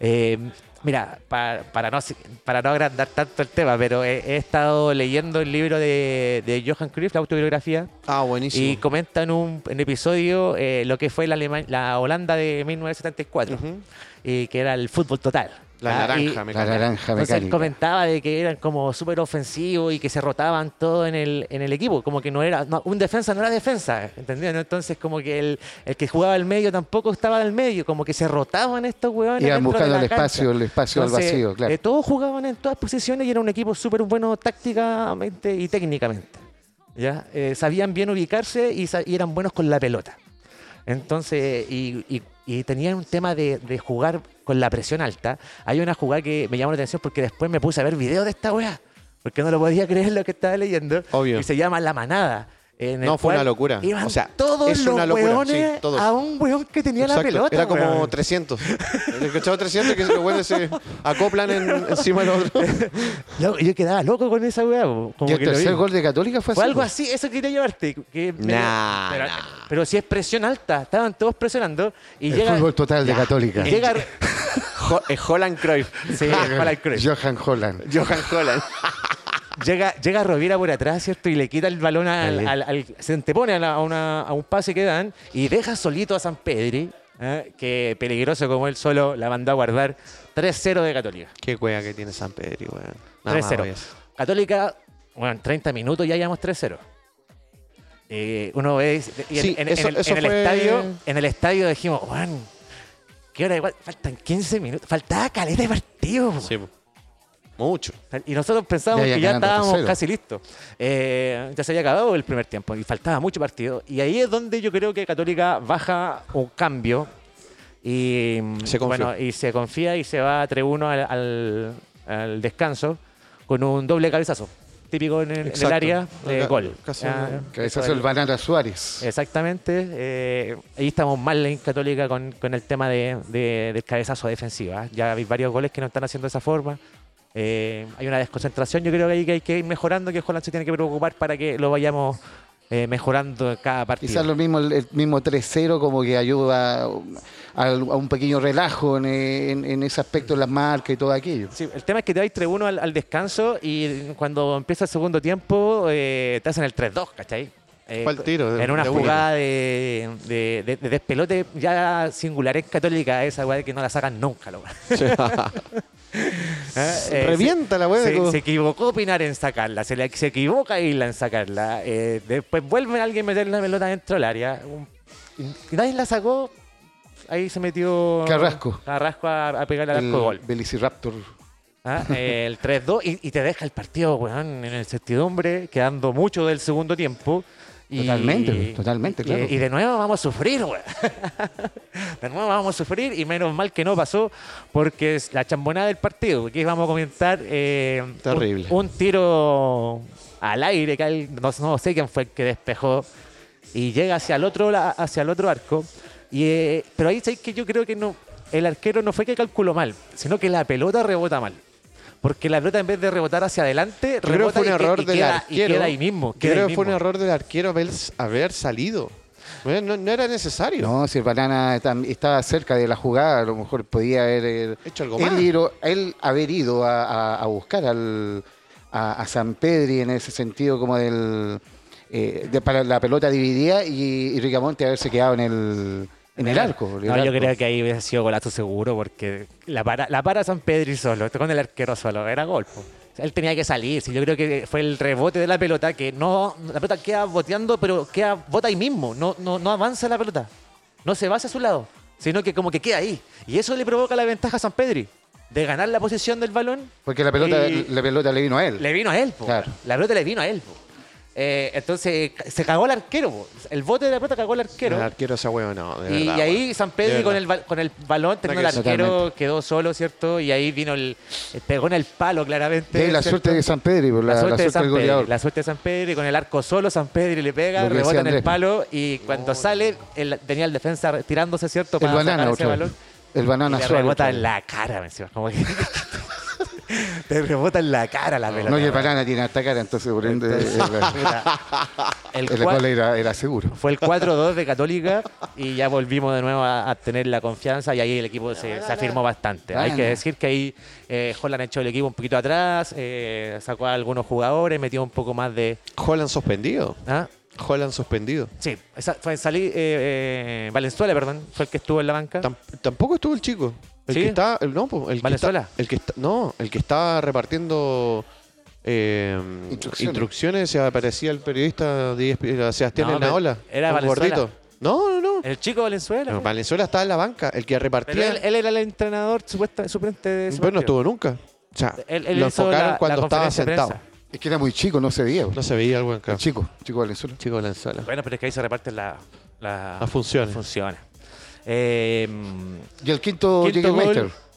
S2: Eh, mira, pa- para, no, se- para no agrandar tanto el tema, pero he, he estado leyendo el libro de, de Johan Cruyff, la autobiografía,
S3: Ah, buenísimo.
S2: y comenta en un, en episodio eh, lo que fue la, Alema- la Holanda de 1974,
S3: Ujú.
S2: y que era el fútbol total.
S3: La
S2: Ah, y-
S3: naranja, me
S1: La
S3: encanta.
S1: naranja
S2: entonces él
S1: mecánica.
S2: comentaba de que eran como súper ofensivos y que se rotaban todo en el, en el equipo. Como que no era. no, un defensa no era defensa, ¿entendían? Entonces, como que el, el que jugaba al medio tampoco estaba al medio. Como que se rotaban estos huevones.
S1: Iban buscando el espacio, el espacio al
S2: Entonces,
S1: vacío, claro.
S2: eh, todos jugaban en todas posiciones y era un equipo súper bueno tácticamente y técnicamente. ¿ya? Eh, sabían bien ubicarse y, sa- y eran buenos con la pelota. Entonces, y, y- y tenían un tema de, de jugar con la presión alta. Hay una jugada que me llamó la atención porque después me puse a ver videos de esta weá, porque no lo podía creer lo que estaba leyendo.
S3: Obvio.
S2: Y se llama La Manada. en el
S3: No, fue
S2: cual
S3: una locura.
S2: Iban
S3: O sea,
S2: todos
S3: es
S2: los
S3: una locura,
S2: weones
S3: sí, todos.
S2: a un weón que tenía la
S3: Exacto,
S2: pelota.
S3: Era como
S2: weón.
S3: 300. El cachado 300 que los buenos se acoplan en- encima del otro.
S2: Loco, Yo quedaba loco con esa weá. po, como
S1: Y el
S2: que lo
S1: tercer
S2: vi.
S1: gol de Católica fue,
S2: Fue
S1: así,
S2: algo
S1: po.
S2: así, eso quería llevarte. que me-
S3: Nah,
S2: pero,
S3: nah.
S2: pero si es presión alta, estaban todos presionando y
S1: El
S2: llega.
S1: fútbol total de Católica.
S2: y llega
S3: Jo- eh, Holland Cruyff.
S2: sí, para el cruz.
S1: Johan Holland.
S3: Johan Holland.
S2: llega, llega Rovira por atrás, ¿cierto? Y le quita el balón al. al- al- se antepone a, la- a una- a un pase que dan y deja solito a San Pedri, ¿eh? que peligroso como él solo la mandó a guardar. 3-0 de Católica.
S3: Qué cueva que tiene San Pedro, weón. Nada más,
S2: 3-0.
S3: weón.
S2: Católica, bueno, 30 minutos ya llevamos 3-0. Eh, uno ve y en,
S3: Sí,
S2: en-
S3: eso-
S2: en el,
S3: eso
S2: en el
S3: fue-
S2: estadio, en el estadio dijimos, Juan, qué hora igual, faltan 15 minutos, faltaba caleta de partido. po".
S3: Sí, po. Mucho.
S2: Y nosotros pensábamos
S1: Ya, ya
S2: que ya
S1: ganando
S2: estábamos
S1: 3-0.
S2: casi listos. Eh, ya se había acabado el primer tiempo y faltaba mucho partido. Y ahí es donde yo creo que Católica baja un cambio y
S3: Se confió.
S2: bueno, y se confía y se va 3-1 al, al- al descanso con un doble cabezazo. Típico en el, en el
S3: Exacto.
S2: área de
S3: Ca-
S2: gol.
S3: casi
S2: Ah,
S3: un-
S1: Cabezazo del Banana Suárez.
S2: Exactamente. eh, ahí estamos mal en Católica con, con el tema de, de- del cabezazo defensivo. ¿ah? Ya hay varios goles que no están haciendo de esa forma. Eh, hay una desconcentración, yo creo que ahí que hay que ir mejorando, que Holland se tiene que preocupar para que lo vayamos eh, mejorando en cada partido.
S1: Quizás lo mismo, el, el mismo 3-0 como que ayuda a, a un pequeño relajo en, en- en ese aspecto, en las marcas y todo aquello.
S2: Sí, el tema es que te dais 3-1 al, al descanso y cuando empieza el segundo tiempo eh, te hacen el 3-2, ¿cachai? Eh,
S3: Fue al tiro,
S2: En una
S3: de una.
S2: jugada de, de, de- de despelote ya singular en católica, esa weá que no la sacan nunca, loco. Ah, eh,
S3: Revienta la weá.
S2: se,
S3: como-
S2: se equivocó Pinar en sacarla, se, le, se equivoca Isla en sacarla. eh, después vuelve alguien a meter la pelota dentro del área. un- y nadie la sacó. Ahí se metió
S1: Carrasco.
S2: Carrasco a, a pegar al arco
S1: El
S2: de gol.
S1: Velociraptor.
S2: Ah, eh, el 3-2 y, y te deja el partido, weón, en el certidumbre, quedando mucho del segundo tiempo. Y,
S1: Totalmente, totalmente,
S2: y-
S1: claro.
S2: Y, de nuevo vamos a sufrir, weón. de nuevo vamos a sufrir y menos mal que no pasó porque es la chambonada del partido. Aquí vamos a comentar eh, un-
S3: Terrible.
S2: Un, tiro al aire, que al- no, no sé quién fue el que despejó y llega hacia el otro, la- hacia el otro arco. Y, eh, pero ahí sabéis que yo creo que no, el arquero no fue que calculó mal, sino que la pelota rebota mal. Porque la pelota en vez de rebotar hacia adelante,
S3: Yo creo que
S2: rebota
S3: fue un
S2: y que-
S3: error
S2: y
S3: del
S2: queda, y
S3: arquero.
S2: queda ahí mismo.
S3: Yo
S2: queda
S3: creo
S2: ahí
S3: que fue un
S2: mismo.
S3: error del arquero haber, haber salido. No, no- no era necesario.
S1: No, si el Banana tam- estaba cerca de la jugada, a lo mejor podía haber eh,
S3: Hecho algo
S1: él,
S3: más.
S1: ir- él haber ido a, a- a buscar al, a, a San Pedri en ese sentido como del eh, de- para la pelota dividida y, y Ricamonte haberse quedado en el, en el arco. en el
S2: No, yo
S1: arco.
S2: creo que ahí hubiera sido golazo seguro porque la para, la para San Pedro y solo, con el arquero solo, era gol. po. O sea, Él tenía que salir, sí, yo creo que fue el rebote de la pelota que no, la pelota queda boteando, pero queda bota ahí mismo, no, no, no avanza la pelota, no se va hacia su lado, sino que como que queda ahí. Y eso le provoca la ventaja a San Pedri, de ganar la posición del balón
S1: Porque la pelota,
S2: Y-
S1: la pelota le vino a él.
S2: le vino a él, po.
S1: Claro.
S2: La pelota le vino a él, po. Eh, entonces ca- se cagó el arquero, po. El bote de la pelota cagó el arquero.
S3: El arquero esa weón, no. De
S2: y,
S3: verdad,
S2: y ahí
S3: weón.
S2: San
S3: De
S2: Pedro con
S3: verdad.
S2: el, bal- con el balón teniendo el
S1: que sí.
S2: arquero
S1: Totalmente.
S2: quedó solo, ¿cierto? Y ahí vino el. eh, pegó en el palo claramente.
S1: De la
S2: ¿cierto?
S1: suerte de San Pedri, por la, la suerte,
S2: de San
S1: del
S2: Pedro,
S1: goleador.
S2: la suerte de San Pedro, y con el arco solo, San Pedro le pega,
S1: Lo que
S2: rebota
S1: decía
S2: en el
S1: Andrés. Oh,
S2: palo y cuando sale, él- tenía el defensa retirándose, ¿cierto?
S1: el
S2: Para
S1: banana
S2: sacar ese
S1: otra vez.
S2: balón.
S1: El
S2: Y
S1: banana
S2: le
S1: Suárez
S2: rebota
S1: otra
S2: en
S1: vez.
S2: la cara, encima. Como que te rebota en la cara la pelota.
S1: No, y el
S2: weón.
S1: banana tiene hasta cara, entonces por ende el-
S2: El
S1: el
S2: cua-
S1: cual era, era seguro.
S2: Fue el 4-2 de Católica y ya volvimos de nuevo a, a tener la confianza y ahí el equipo se, se afirmó bastante. Hay que
S1: Bueno.
S2: decir que ahí eh, Holland echó el equipo un poquito atrás, eh, sacó a algunos jugadores, metió un poco más de...
S3: Holland suspendido.
S2: ¿ah?
S3: Holland suspendido.
S2: Sí, esa- fue Salí, eh, eh, Valenzuela, perdón, fue el que estuvo en la banca.
S3: Tam- tampoco estuvo el chico. El
S2: ¿Sí?
S3: que está. El, no, po, el que
S2: ¿Valenzuela?
S3: está- el que está- no, el que estaba repartiendo. eh,
S1: Instrucciones.
S3: instrucciones. se aparecía el periodista de E ESPN, eh, Sebastián
S2: No, pero
S3: Naola.
S2: era Valenzuela.
S3: No, no, no.
S2: El chico Valenzuela.
S3: No,
S2: fue.
S3: Valenzuela estaba en la banca. El que
S2: Pero
S3: repartía.
S2: él, él era el entrenador supuesta, suplente de ese
S3: bueno, no
S2: partido.
S3: estuvo nunca. O sea,
S2: Él- él
S3: lo
S2: hizo
S3: enfocaron
S2: la-
S3: cuando
S2: la
S3: estaba
S2: conferencia de
S3: sentado.
S2: prensa.
S1: Es que era muy chico, no se veía.
S3: No se veía algo en
S1: Era
S3: casa.
S1: Chico, chico Valenzuela.
S3: Chico de Lanzuela.
S2: Bueno, pero es que ahí se reparten la- la-
S3: Las funciones.
S2: funciones. Eh,
S1: Y el quinto,
S2: Quinto
S1: llega el
S2: gol.
S1: Leicester.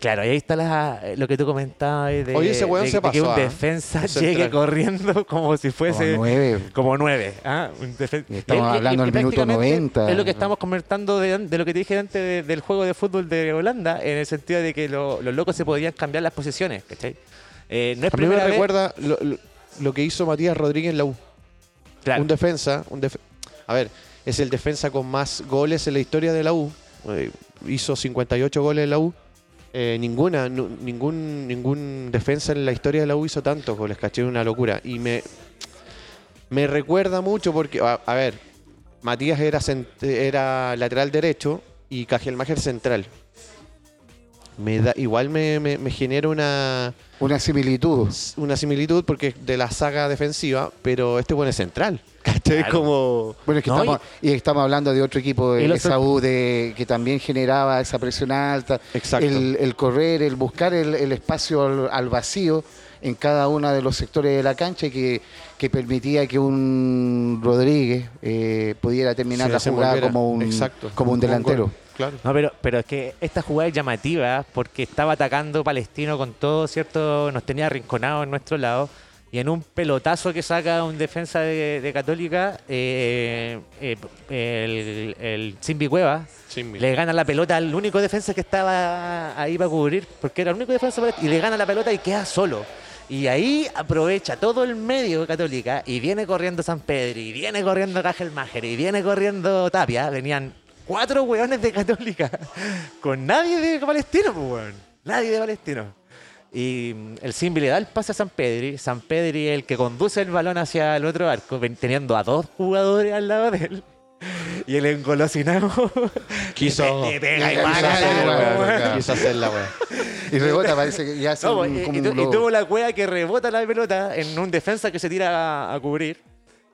S2: Claro, ahí está la- eh, lo que tú comentabas de,
S3: Oye, ese weón
S2: de-
S3: se
S2: de que
S3: pasó,
S2: un
S3: ah.
S2: defensa
S3: Un central.
S2: llegue corriendo como si fuese...
S1: Como nueve.
S2: Como nueve. ¿ah? Un defen-
S1: Y estamos hablando del minuto
S2: prácticamente
S1: 90.
S2: Es lo que estamos comentando de, de lo que te dije antes de- del juego de fútbol de Holanda, en el sentido de que lo- los locos se podían cambiar las posiciones, ¿cachai? Eh, no es
S3: A mí me
S2: primera vez-
S3: recuerda lo, lo- lo que hizo Matías Rodríguez en la U.
S2: Claro.
S3: Un defensa, un def- a ver, es el defensa con más goles en la historia de la U. Eh, hizo 58 goles en la U. Eh, ninguna, nu- ningún, ningún defensa en la historia de la U hizo tantos goles, caché una locura. Y me, me recuerda mucho porque, a, a ver, Matías era, cent- era lateral derecho y Cajelmacher central. Me da, igual me, me, me genera una,
S1: Una similitud.
S3: una similitud porque es de la saga defensiva, pero este bueno es central. ¿Cachai?
S2: Claro.
S3: Como.
S1: Bueno, es que
S2: No,
S1: estamos, y estamos hablando de otro equipo,
S2: Y
S1: de
S2: lo
S1: esa U de, que también generaba esa presión alta,
S3: Exacto.
S1: El, el correr, el buscar el, el espacio al, al vacío en cada uno de los sectores de la cancha y que, que permitía que un Rodríguez eh, pudiera terminar
S3: se
S1: la jugada
S3: desenvolviera.
S1: como un,
S3: Exacto.
S1: como un delantero.
S3: gol. claro.
S2: No, pero, pero es que esta jugada es llamativa porque estaba atacando Palestino con todo, ¿cierto? Nos tenía arrinconados en nuestro lado. Y en un pelotazo que saca un defensa de, de Católica, eh, eh, el, el Simbi Cueva le gana la pelota al único defensa que estaba ahí para cubrir, porque era el único defensa, para- y le gana la pelota y queda solo. Y ahí aprovecha todo el medio católica y viene corriendo San Pedro, y viene corriendo Cajelmacher, y viene corriendo Tapia. Venían cuatro hueones de católica, con nadie de palestino, pues, weón. Nadie de palestino. Y mm, el Simbi le da el pase a San Pedri. San Pedri es el que conduce el balón hacia el otro arco, ven- teniendo a dos jugadores al lado de él. Y el engolosinado
S3: Quiso.
S2: le pega
S1: Quiso
S2: y va a
S1: hacer
S2: ganar,
S1: la
S2: weón.
S1: weá.
S3: Quiso hacerla, weón.
S1: Y rebota, parece que ya hace
S2: No,
S1: un-
S2: y,
S1: como
S2: y
S1: un
S2: tu- y
S1: globo.
S2: tuvo la wea que rebota la pelota en un defensa que se tira a, a cubrir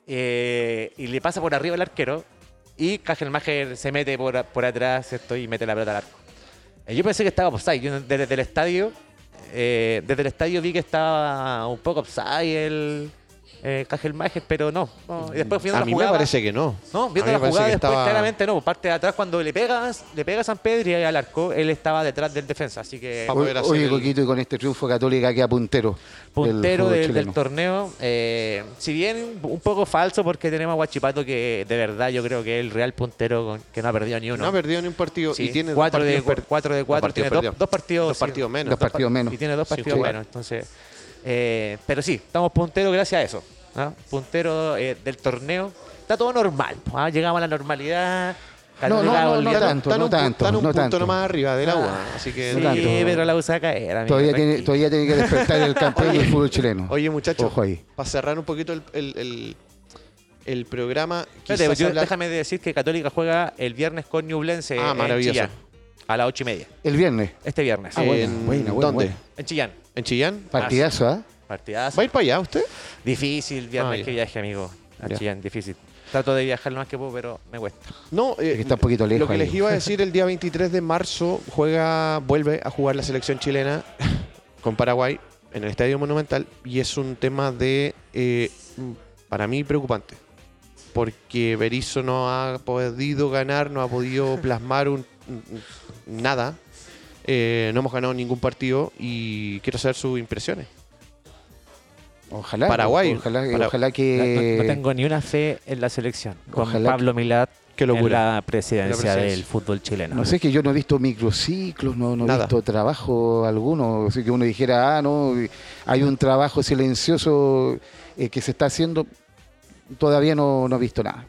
S2: eh, y le pasa por arriba el arquero y Cajelmacher se mete por, a- por atrás ¿cierto? y mete la pelota al arco. Eh, Yo pensé que estaba offside, yo desde, desde el estadio eh, desde el estadio vi que estaba un poco offside el eh, Cajelmacher, pero no, no. Y después viendo
S3: A
S2: la
S3: mí me
S2: jugada,
S3: parece que no.
S2: no, viendo
S3: A
S2: la
S3: mí me parece
S2: jugada
S3: que
S2: después,
S3: estaba-
S2: claramente no. Parte de atrás, cuando le pegas, le pega a San Pedro y al arco, él estaba detrás del defensa. Así que
S3: Vamos a
S1: Oye,
S3: ver hacer
S1: oye,
S3: el-
S1: Coquito, y con este triunfo Católica queda puntero. del
S2: puntero
S1: fútbol
S2: del, del
S1: chileno.
S2: torneo. eh, si bien un poco falso, porque tenemos a Guachipato, que de verdad yo creo que es el real puntero con- que no ha perdido ni uno.
S3: No ha perdido ni un partido
S2: Sí,
S3: y tiene
S2: cuatro,
S3: dos
S2: de,
S3: partidos per-
S2: cu- cuatro de cuatro,
S3: Dos
S2: tiene
S3: partidos
S2: dos, dos
S3: perdidos.
S2: partidos,
S3: Dos
S2: sí,
S3: partidos menos.
S1: Dos partidos menos.
S2: Y tiene dos
S3: Sin
S2: partidos
S3: jugar.
S2: menos. Entonces, eh, pero sí, estamos punteros gracias a eso. ¿ah? Puntero eh, del torneo. Está todo normal. ¿ah? Llegamos a la normalidad.
S1: No, no,
S2: Católica
S1: no, no
S2: goleando.
S1: tanto,
S3: Están
S1: no
S3: un pu-
S1: tanto,
S3: Están un
S1: no
S3: punto
S1: tanto.
S3: nomás arriba del agua.
S2: Ah,
S3: Así que.
S2: sí,
S1: tanto.
S2: pero la usa caer. amigo,
S1: Todavía tiene,
S2: tranquilo.
S1: todavía tiene que despertar el campeón del fútbol chileno.
S3: Oye, muchachos,
S1: Ojo ahí.
S3: para cerrar un poquito el, el, el, el programa.
S2: Espérate,
S3: quizás
S2: yo-
S3: hablar-
S2: Déjame decir que Católica juega el viernes con Ñublense.
S3: Ah,
S2: en
S3: maravilloso.
S2: Chillán, a las ocho y media.
S1: El viernes.
S2: Este viernes.
S1: Ah, buena,
S3: en-
S1: buena, buena,
S3: ¿Dónde?
S1: buena.
S2: En Chillán.
S3: ¿En Chillán?
S1: Partidazo, ¿ah?
S2: Partidazo.
S3: ¿Va a ir para allá usted?
S2: Difícil
S3: Ah,
S2: viernes
S3: ya.
S2: que viaje, amigo. A
S3: Ya.
S2: Chillán, difícil. Trato de viajar lo más que puedo, pero me cuesta.
S3: No, eh,
S1: Es que está un poquito lejos
S3: Lo que les
S1: ahí.
S3: iba a decir, el día 23 de marzo juega, vuelve a jugar la selección chilena con Paraguay en el Estadio Monumental y es un tema de, eh, para mí, preocupante. Porque Berizzo no ha podido ganar, no ha podido plasmar un, un- un- nada. Eh, no hemos ganado ningún partido y quiero saber sus impresiones.
S1: Ojalá.
S3: Paraguay.
S1: Ojalá,
S3: Para-
S1: ojalá que.
S2: No, no tengo ni una fe en la selección. Con
S1: Ojalá
S2: Pablo Milad
S3: Qué
S2: en
S3: locura.
S2: la presidencia,
S3: La presidencia.
S2: del fútbol chileno.
S1: No sé, es que yo no he visto microciclos, no, no he
S3: Nada.
S1: visto trabajo alguno. Así que uno dijera, ah, no, hay un trabajo silencioso eh, que se está haciendo. Todavía no, no he visto nada.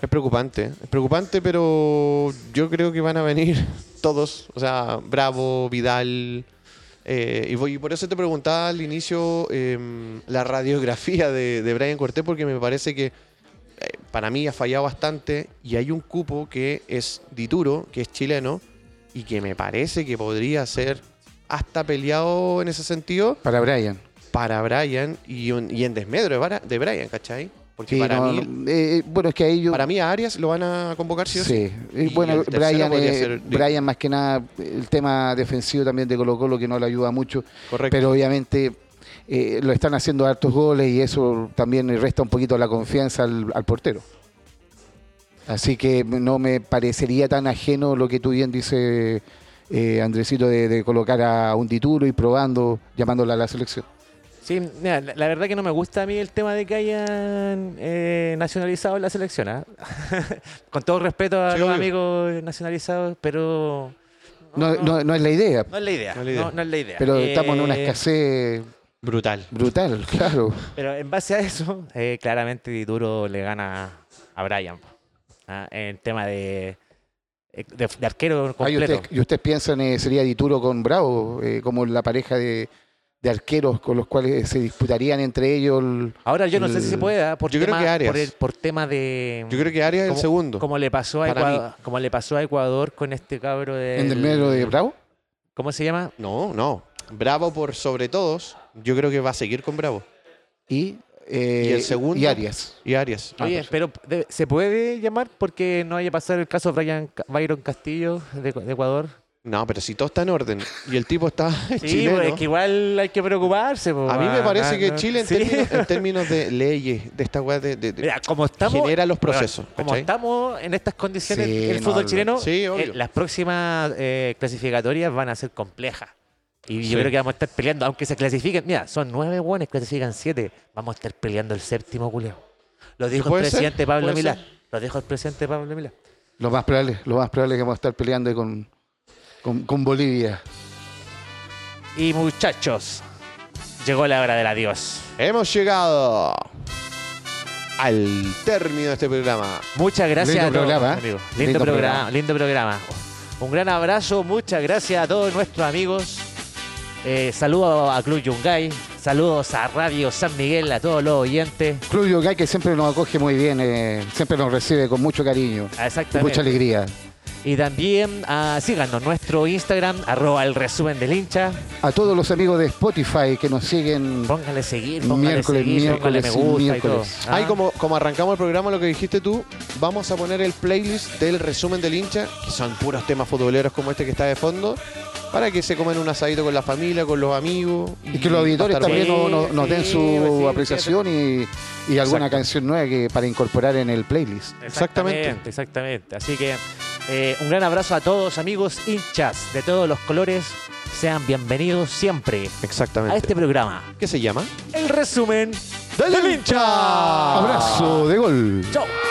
S3: Es preocupante, es preocupante, pero yo creo que van a venir todos, o sea, Bravo, Vidal. eh, y, voy- y por eso te preguntaba al inicio em, la radiografía de, de Brian Cortés, porque me parece que eh, para mí ha fallado bastante y hay un cupo que es Dituro, que es chileno, y que me parece que podría ser hasta peleado en ese sentido
S1: Para Brian.
S3: para Brian y, un- y en desmedro de, Bara- de Brian, ¿cachai? Porque
S1: Sí,
S3: para
S1: no,
S3: mí
S1: no, eh, eh, bueno, es que ahí yo.
S3: para mí a Arias lo van a convocar sí o sí.
S1: Sí, Eh,
S3: Y
S1: bueno,
S3: el tercero
S1: Brian,
S3: podría
S1: eh,
S3: ser-
S1: Brian más que nada, el tema defensivo también de Colo Colo que no le ayuda mucho,
S3: Correcto.
S1: pero obviamente eh, lo están haciendo hartos goles y eso también resta un poquito la confianza al, al portero. Así que no me parecería tan ajeno lo que tú bien dices, eh, Andresito, de, de colocar a un titulo y probando, llamándola a la selección.
S2: Sí, mira, la, la verdad que no me gusta a mí el tema de que hayan eh, nacionalizado en la selección. ¿ah? Con todo respeto a
S3: Sí,
S2: los
S3: obvio.
S2: amigos nacionalizados, pero
S1: No, no- no es la idea,
S2: no es la idea. No
S3: No es la idea.
S2: no es la idea.
S1: pero estamos en una
S2: Eh,
S1: escasez
S3: Brutal.
S1: brutal, claro.
S2: Pero en base a eso, eh, claramente Dituro le gana a Brian. po. Ah, En tema de, eh, de, de arquero
S1: Ah, ¿y,
S2: completo.
S1: ustedes, y ustedes piensan eh, sería Dituro con Bravo, eh, como la pareja de, de arqueros con los cuales se disputarían entre ellos? el-
S2: Ahora yo no sé si se
S1: el-
S2: pueda por
S3: Yo creo
S2: tema,
S3: que Arias.
S2: por, el- por tema de
S3: Yo creo que Arias es el
S2: Como-
S3: segundo.
S2: como le pasó a
S3: para
S2: Ecuador, como le pasó a Ecuador con este cabro de
S1: ¿En el medio de Bravo?
S2: ¿Cómo se llama?
S3: No, no. Bravo por sobre todos. Yo creo que va a seguir con Bravo.
S1: Y, eh,
S3: ¿Y el segundo?
S1: y Arias.
S3: Y Arias.
S2: Oye, pero de- ¿se puede llamar porque no haya pasado el caso Brian Ca- Byron Castillo de, de Ecuador?
S3: No, pero si todo está en orden y el tipo está
S2: Sí,
S3: chileno.
S2: pues, es que igual hay que preocuparse. po,
S3: A mí me
S2: ah,
S3: parece
S2: ah,
S3: que
S2: no.
S3: Chile, en,
S2: Sí.
S3: términos, eh, en términos de leyes, de esta weá, de, de- de-
S2: Mira, como estamos,
S3: genera los
S2: bueno,
S3: procesos.
S2: como
S3: ¿cachai?
S2: estamos en estas condiciones,
S1: Sí,
S2: el
S1: no,
S2: fútbol
S1: lo-
S2: chileno,
S3: sí,
S2: eh,
S3: obvio.
S2: las próximas eh, clasificatorias van a ser complejas. Y
S3: Sí.
S2: yo creo que vamos a estar peleando, aunque se clasifiquen. Mira, son nueve buenos, clasifican siete. Vamos a estar peleando el séptimo, culeo. Lo dijo el
S3: puede ser,
S2: presidente Pablo
S3: puede
S2: Milá.
S3: ser.
S2: Lo dijo el presidente Pablo Milá.
S1: Lo más probable, lo más probable es que vamos a estar peleando con, con, con Bolivia.
S2: Y muchachos, llegó la hora del adiós.
S3: Hemos llegado al término de este programa.
S2: Muchas gracias
S1: Lindo
S2: a todos,
S1: programa, ¿eh?
S2: amigos. Lindo,
S1: Lindo
S2: programa,
S1: programa.
S2: lindo programa. Un gran abrazo, muchas gracias a todos nuestros amigos. Eh, saludos a Club Yungay, saludos a Radio San Miguel, a todos los oyentes.
S1: Club Yogay que siempre nos acoge muy bien, eh, siempre nos recibe con mucho cariño y
S2: Ah, Exactamente.
S1: mucha alegría.
S2: Y también ah, síganos nuestro Instagram, arroba el resumen del hincha.
S1: A todos los amigos de Spotify que nos siguen
S2: Póngale seguir, póngale
S1: Miércoles,
S2: seguir,
S1: miércoles,
S2: póngale me gusta
S1: miércoles.
S2: y todo.
S3: Ahí
S2: Ah,
S3: como, como arrancamos el programa, lo que dijiste tú, vamos a poner el playlist del resumen del hincha, que son puros temas futboleros como este que está de fondo, para que se coman un asadito con la familia, con los amigos.
S1: y que los auditores
S3: va a estar
S1: también
S2: bien.
S1: no- no- nos den
S2: Sí,
S1: su
S2: pues sí,
S1: apreciación y, y alguna
S3: Exacto.
S1: canción nueva que, para incorporar en el playlist.
S2: Exactamente, exactamente. Así que eh, un gran abrazo a todos, amigos hinchas de todos los colores. Sean bienvenidos siempre
S3: Exactamente.
S2: a este programa.
S3: ¿Qué se llama?
S2: El resumen del hincha.
S1: Abrazo de gol.
S2: Chao.